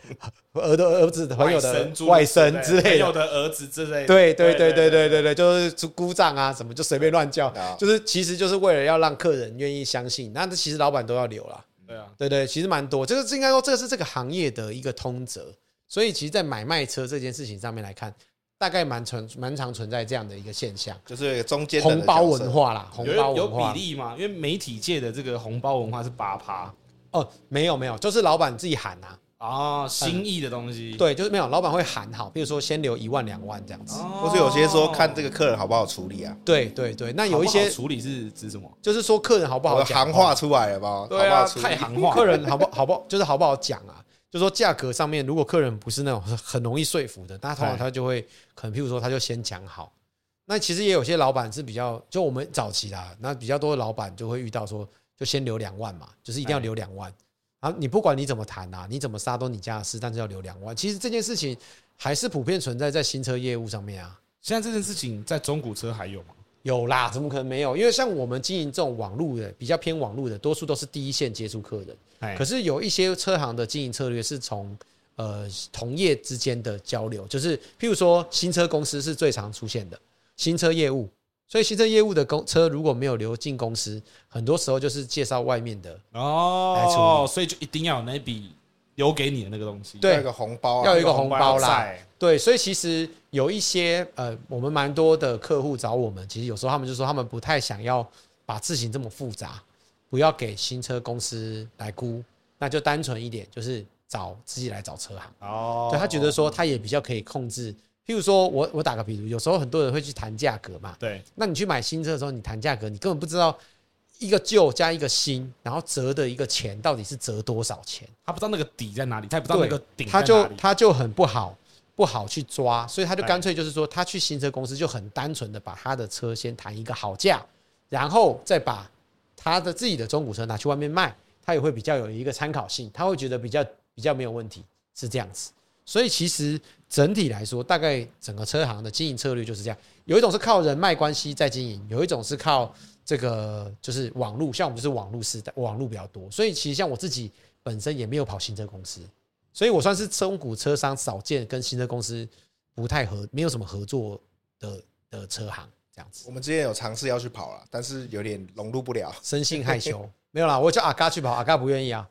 [SPEAKER 1] 儿的儿子的朋友的外甥之类的
[SPEAKER 3] 朋友，的儿子之类的，
[SPEAKER 1] 对对对对对对对，就是姑丈啊什么就随便乱 叫
[SPEAKER 2] 啊，
[SPEAKER 1] 就是其实就是为了要让客人愿意相信，那这其实老板都要留啦。
[SPEAKER 3] 对啊，
[SPEAKER 1] 对对，其实蛮多，这个这应该说这个是这个行业的一个通则，所以其实，在买卖车这件事情上面来看，大概蛮存蛮常存在这样的一个现象，
[SPEAKER 2] 就是有中间人的
[SPEAKER 1] 红包
[SPEAKER 2] 角色
[SPEAKER 1] 文，化啦，红
[SPEAKER 3] 有
[SPEAKER 1] 包
[SPEAKER 3] 有
[SPEAKER 1] 文化
[SPEAKER 3] 比例吗？因为媒体界的这个红包文化是八趴
[SPEAKER 1] 哦，没有没有，就是老板自己喊啊，
[SPEAKER 3] 啊，新意的东西，
[SPEAKER 1] 嗯对，就是没有，老板会喊好，比如说先留一万两万这样子，
[SPEAKER 3] 哦，
[SPEAKER 2] 或是有些说看这个客人好不好处理啊，
[SPEAKER 1] 对对对，那
[SPEAKER 3] 好不好
[SPEAKER 1] 有一些
[SPEAKER 3] 处理是指什么？
[SPEAKER 1] 就是说客人好不
[SPEAKER 2] 我
[SPEAKER 1] 好
[SPEAKER 2] 的
[SPEAKER 1] 讲啊
[SPEAKER 2] 行话出来了吧？好不好处理？
[SPEAKER 3] 啊太行话，
[SPEAKER 1] 客人好不好不好，就是好不好讲啊？就说价格上面，如果客人不是那种很很容易说服的，那通常他就会可能，譬如说他就先讲好。那其实也有些老板是比较，就我们早期啦，那比较多的老板就会遇到说，就先留两万嘛，就是一定要留两万。啊，你不管你怎么谈啊，你怎么杀都你家的事，但是要留两万。其实这件事情还是普遍存在在新车业务上面啊。
[SPEAKER 3] 现在这件事情在中古车还有吗？
[SPEAKER 1] 有啦，怎么可能没有？因为像我们经营这种网路的，比较偏网路的，多数都是第一线接触客人。
[SPEAKER 3] 哎
[SPEAKER 1] 可，是有一些车行的经营策略是从呃同业之间的交流，就是譬如说新车公司是最常出现的新车业务，所以新车业务的公车如果没有流进公司，很多时候就是介绍外面的，来处
[SPEAKER 3] 哦
[SPEAKER 1] 理，
[SPEAKER 3] 所以就一定要有那笔留给你的那个东西，
[SPEAKER 1] 对
[SPEAKER 2] 要一个红包啊，
[SPEAKER 1] 要有一个红包啦
[SPEAKER 3] 在
[SPEAKER 1] 对，所以其实有一些呃，我们蛮多的客户找我们，其实有时候他们就说他们不太想要把事情这么复杂，不要给新车公司来估，那就单纯一点，就是找自己来找车行。
[SPEAKER 3] 哦，
[SPEAKER 1] 对他觉得说他也比较可以控制。譬如说我我打个比如，有时候很多人会去谈价格嘛，
[SPEAKER 3] 对，
[SPEAKER 1] 那你去买新车的时候，你谈价格，你根本不知道一个旧加一个新，然后折的一个钱到底是折多少钱，
[SPEAKER 3] 他不知道那个底在哪里，他也不知道那
[SPEAKER 1] 对
[SPEAKER 3] 个顶，
[SPEAKER 1] 他就他就很不好不好去抓，所以他就
[SPEAKER 3] 对
[SPEAKER 1] 干脆就是说，他去新车公司就很单纯的把他的车先谈一个好价，然后再把他的自己的中古车拿去外面卖，他也会比较有一个参考性，他会觉得比较比较没有问题，是这样子。所以其实整体来说，大概整个车行的经营策略就是这样，有一种是靠人脉关系在经营，有一种是靠这个就是网络，像我们就是网络时代，网络比较多，所以其实像我自己本身也没有跑新车公司，所以我算是中古车商少见跟新车公司不太合，没有什么合作的的车行这样子，
[SPEAKER 2] 我们之前有尝试要去跑了，但是有点融入不了。
[SPEAKER 1] 生性害羞没有啦，我叫阿嘎去跑，阿嘎不愿意啊。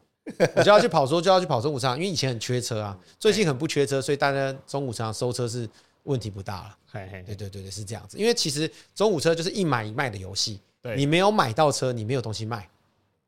[SPEAKER 1] 我就要去跑说就要去跑中古车行，因为以前很缺车啊，最近很不缺车，所以大家中古车行收车是问题不大了。
[SPEAKER 3] 嘿嘿
[SPEAKER 1] 对
[SPEAKER 3] 嘿，
[SPEAKER 1] 对对对，是这样子。因为其实中古车就是一买一卖的游戏，
[SPEAKER 3] 对
[SPEAKER 1] 你没有买到车，你没有东西卖。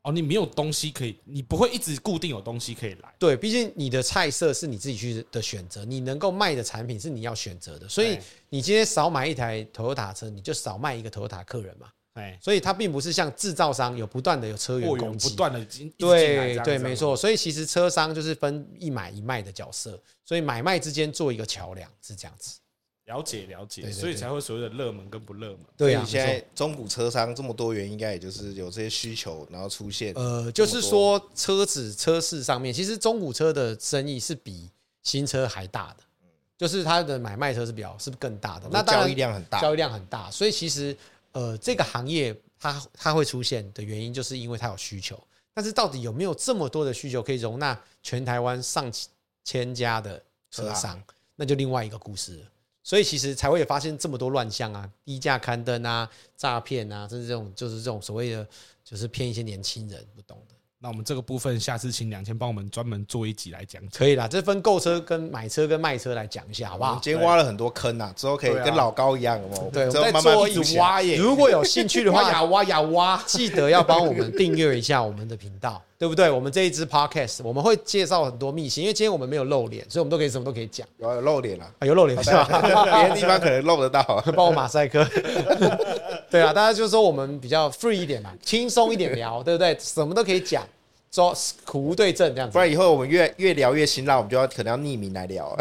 [SPEAKER 3] 哦，你没有东西可以，你不会一直固定有东西可以来，
[SPEAKER 1] 对，毕竟你的菜色是你自己去的选择，你能够卖的产品是你要选择的，所以
[SPEAKER 3] 对
[SPEAKER 1] 你今天少买一台 Toyota 车，你就少卖一个 Toyota 客人嘛。
[SPEAKER 3] 哎，
[SPEAKER 1] 所以它并不是像制造商有不断的有车源
[SPEAKER 3] 货
[SPEAKER 1] 供
[SPEAKER 3] 源不
[SPEAKER 1] 给，
[SPEAKER 3] 断的进进来这
[SPEAKER 1] 对
[SPEAKER 3] 样
[SPEAKER 1] 对，
[SPEAKER 3] 子啊
[SPEAKER 1] 没错。所以其实车商就是分一买一卖的角色，所以买卖之间做一个桥梁是这样子。
[SPEAKER 3] 了解了解，
[SPEAKER 1] 对对
[SPEAKER 3] 所以
[SPEAKER 1] 对
[SPEAKER 3] 才会所谓的热门跟不热门。
[SPEAKER 1] 对
[SPEAKER 2] 所
[SPEAKER 1] 啊
[SPEAKER 2] 以，现在中古车商这么多元，应该也就是有这些需求，然后出现。
[SPEAKER 1] 呃，就是说车子车市上面，其实中古车的生意是比新车还大的，就是它的买卖车是比较是更大的。那当
[SPEAKER 2] 交
[SPEAKER 1] 然
[SPEAKER 2] 易量很大，
[SPEAKER 1] 交易量很大，所以其实呃，这个行业它它会出现的原因，就是因为它有需求。但是到底有没有这么多的需求可以容纳全台湾上千家的车
[SPEAKER 2] 车
[SPEAKER 1] 商，那就另外一个故事了。所以其实才会发现这么多乱象啊，低价刊登啊，诈骗啊，甚至这种就是这种所谓的就是骗一些年轻人不懂的。
[SPEAKER 3] 那我们这个部分，下次请两千帮我们专门做一集来讲 解。
[SPEAKER 1] 可以啦，这分购车跟买车跟卖车来讲一下，好不
[SPEAKER 2] 我们
[SPEAKER 1] 好？
[SPEAKER 2] 今天挖了很多坑啊，之后可以
[SPEAKER 3] 对啊
[SPEAKER 2] 跟老高一样，有没有？
[SPEAKER 1] 对，我
[SPEAKER 2] 之
[SPEAKER 1] 们
[SPEAKER 2] 后
[SPEAKER 1] 再
[SPEAKER 2] 慢慢
[SPEAKER 1] 做
[SPEAKER 2] 一
[SPEAKER 1] 一挖耶。如果有兴趣的话，
[SPEAKER 3] 挖呀挖呀挖，
[SPEAKER 1] 记得要帮我们订阅一下我们的频道， 对不对？我们这一支 podcast 我们会介绍很多秘辛，因为今天我们没有露脸，所以我们都可以什么都可以讲
[SPEAKER 2] 有啊有 露脸了，
[SPEAKER 1] 啊，有露脸是吧？
[SPEAKER 2] 别的地方可能露得到。啊
[SPEAKER 1] 帮我马赛克。 对啊，大家就说我们比较 free 一点嘛，轻松一点聊，对不对？什么都可以讲，说苦无对证这样
[SPEAKER 2] 不
[SPEAKER 1] 子。
[SPEAKER 2] 然以后我们越越聊越辛辣，我们就要可能要匿名来聊啊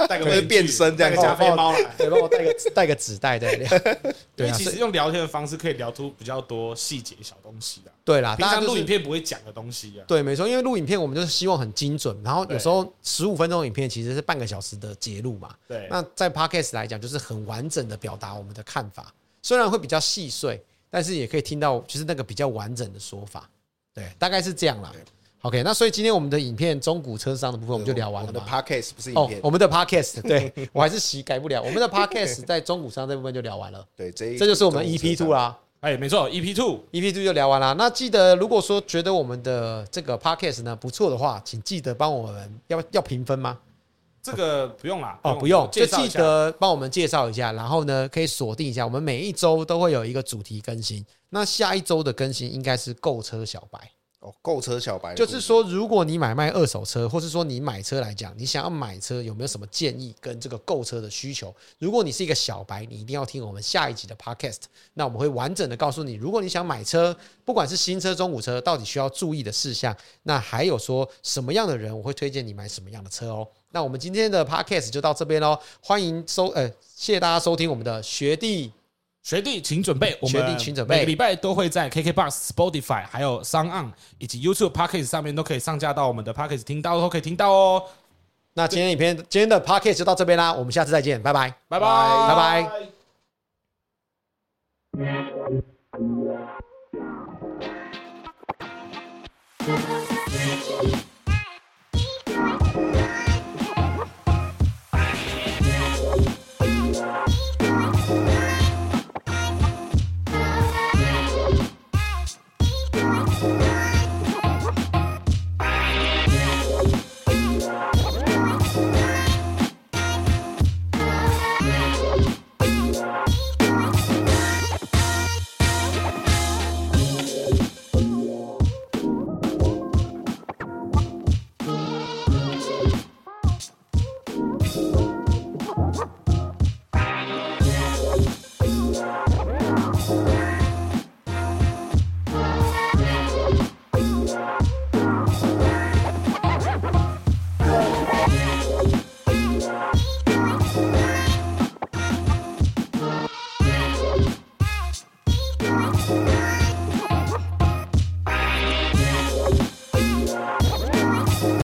[SPEAKER 2] 了。
[SPEAKER 3] 带个
[SPEAKER 2] 可能
[SPEAKER 3] 面具
[SPEAKER 2] 变身这样
[SPEAKER 3] 带个加菲猫来。
[SPEAKER 1] 对，帮我带个带个纸袋在聊。
[SPEAKER 3] 因
[SPEAKER 1] 对
[SPEAKER 3] 为
[SPEAKER 1] 啊，
[SPEAKER 3] 其
[SPEAKER 1] 所
[SPEAKER 3] 实
[SPEAKER 1] 以
[SPEAKER 3] 用聊天的方式可以聊出比较多细节小东西的，
[SPEAKER 1] 对啦，
[SPEAKER 3] 平
[SPEAKER 1] 啊大家
[SPEAKER 3] 常
[SPEAKER 1] 就是
[SPEAKER 3] 录影片不会讲的东西啊。
[SPEAKER 1] 对，没错，因为录影片我们就是希望很精准，然后有
[SPEAKER 3] 对
[SPEAKER 1] 时候十五分钟的影片其实是半个小时的节录嘛。
[SPEAKER 3] 对
[SPEAKER 1] 那在 podcast 来讲，就是很完整的表达我们的看法，虽然会比较细碎，但是也可以听到就是那个比较完整的说法。对，大概是这样啦。OK，那所以今天我们的影片中古车商的部分我们就聊完
[SPEAKER 2] 我
[SPEAKER 1] 了
[SPEAKER 2] 们
[SPEAKER 1] 嘛
[SPEAKER 2] 的 podcast 不是影
[SPEAKER 1] 哦
[SPEAKER 2] 片，，
[SPEAKER 1] 我们的 podcast 对我还是洗改不了，我们的 podcast 在中古商这部分就聊完了，
[SPEAKER 2] 对，这
[SPEAKER 1] 这就是我们 EP two
[SPEAKER 2] 啦。
[SPEAKER 1] 啦。
[SPEAKER 3] 哎，没错，EP Two，
[SPEAKER 1] EP，E two 就聊完啦。那记得，如果说觉得我们的这个 podcast 呢不错的话，请记得帮我们要要评分吗？
[SPEAKER 3] 这个不用啦，
[SPEAKER 1] 哦，不用，就
[SPEAKER 3] 介绍
[SPEAKER 1] 记
[SPEAKER 3] 一下。
[SPEAKER 1] 得帮我们介绍一下，然后呢可以锁定一下，我们每一周都会有一个主题更新。那下一周的更新应该是购车小白，
[SPEAKER 2] 哦，购车小白的
[SPEAKER 1] 就是
[SPEAKER 2] 故事
[SPEAKER 1] 说，如果你买卖二手车，或是说你买车来讲，你想要买车有没有什么建议跟这个购车的需求？如果你是一个小白，你一定要听我们下一集的 podcast，那我们会完整的告诉你，如果你想买车，不管是新车、中古车，到底需要注意的事项，那还有说什么样的人我会推荐你买什么样的车哦。那我们今天的 podcast 就到这边喽，欢迎收呃，谢谢大家收听我们的学弟，
[SPEAKER 3] 学弟，请准备，我们
[SPEAKER 1] 学弟请准备
[SPEAKER 3] 每个礼拜都会在 KKBox、Spotify、还有 s o n On 以及 YouTube Podcast 上面都可以上架到我们的 Podcast，听到都可以听到哦。
[SPEAKER 1] 那今天影片今天的 podcast 就到这边啦，我们下次再见，拜拜。
[SPEAKER 3] 拜拜，
[SPEAKER 1] 拜拜
[SPEAKER 3] 拜。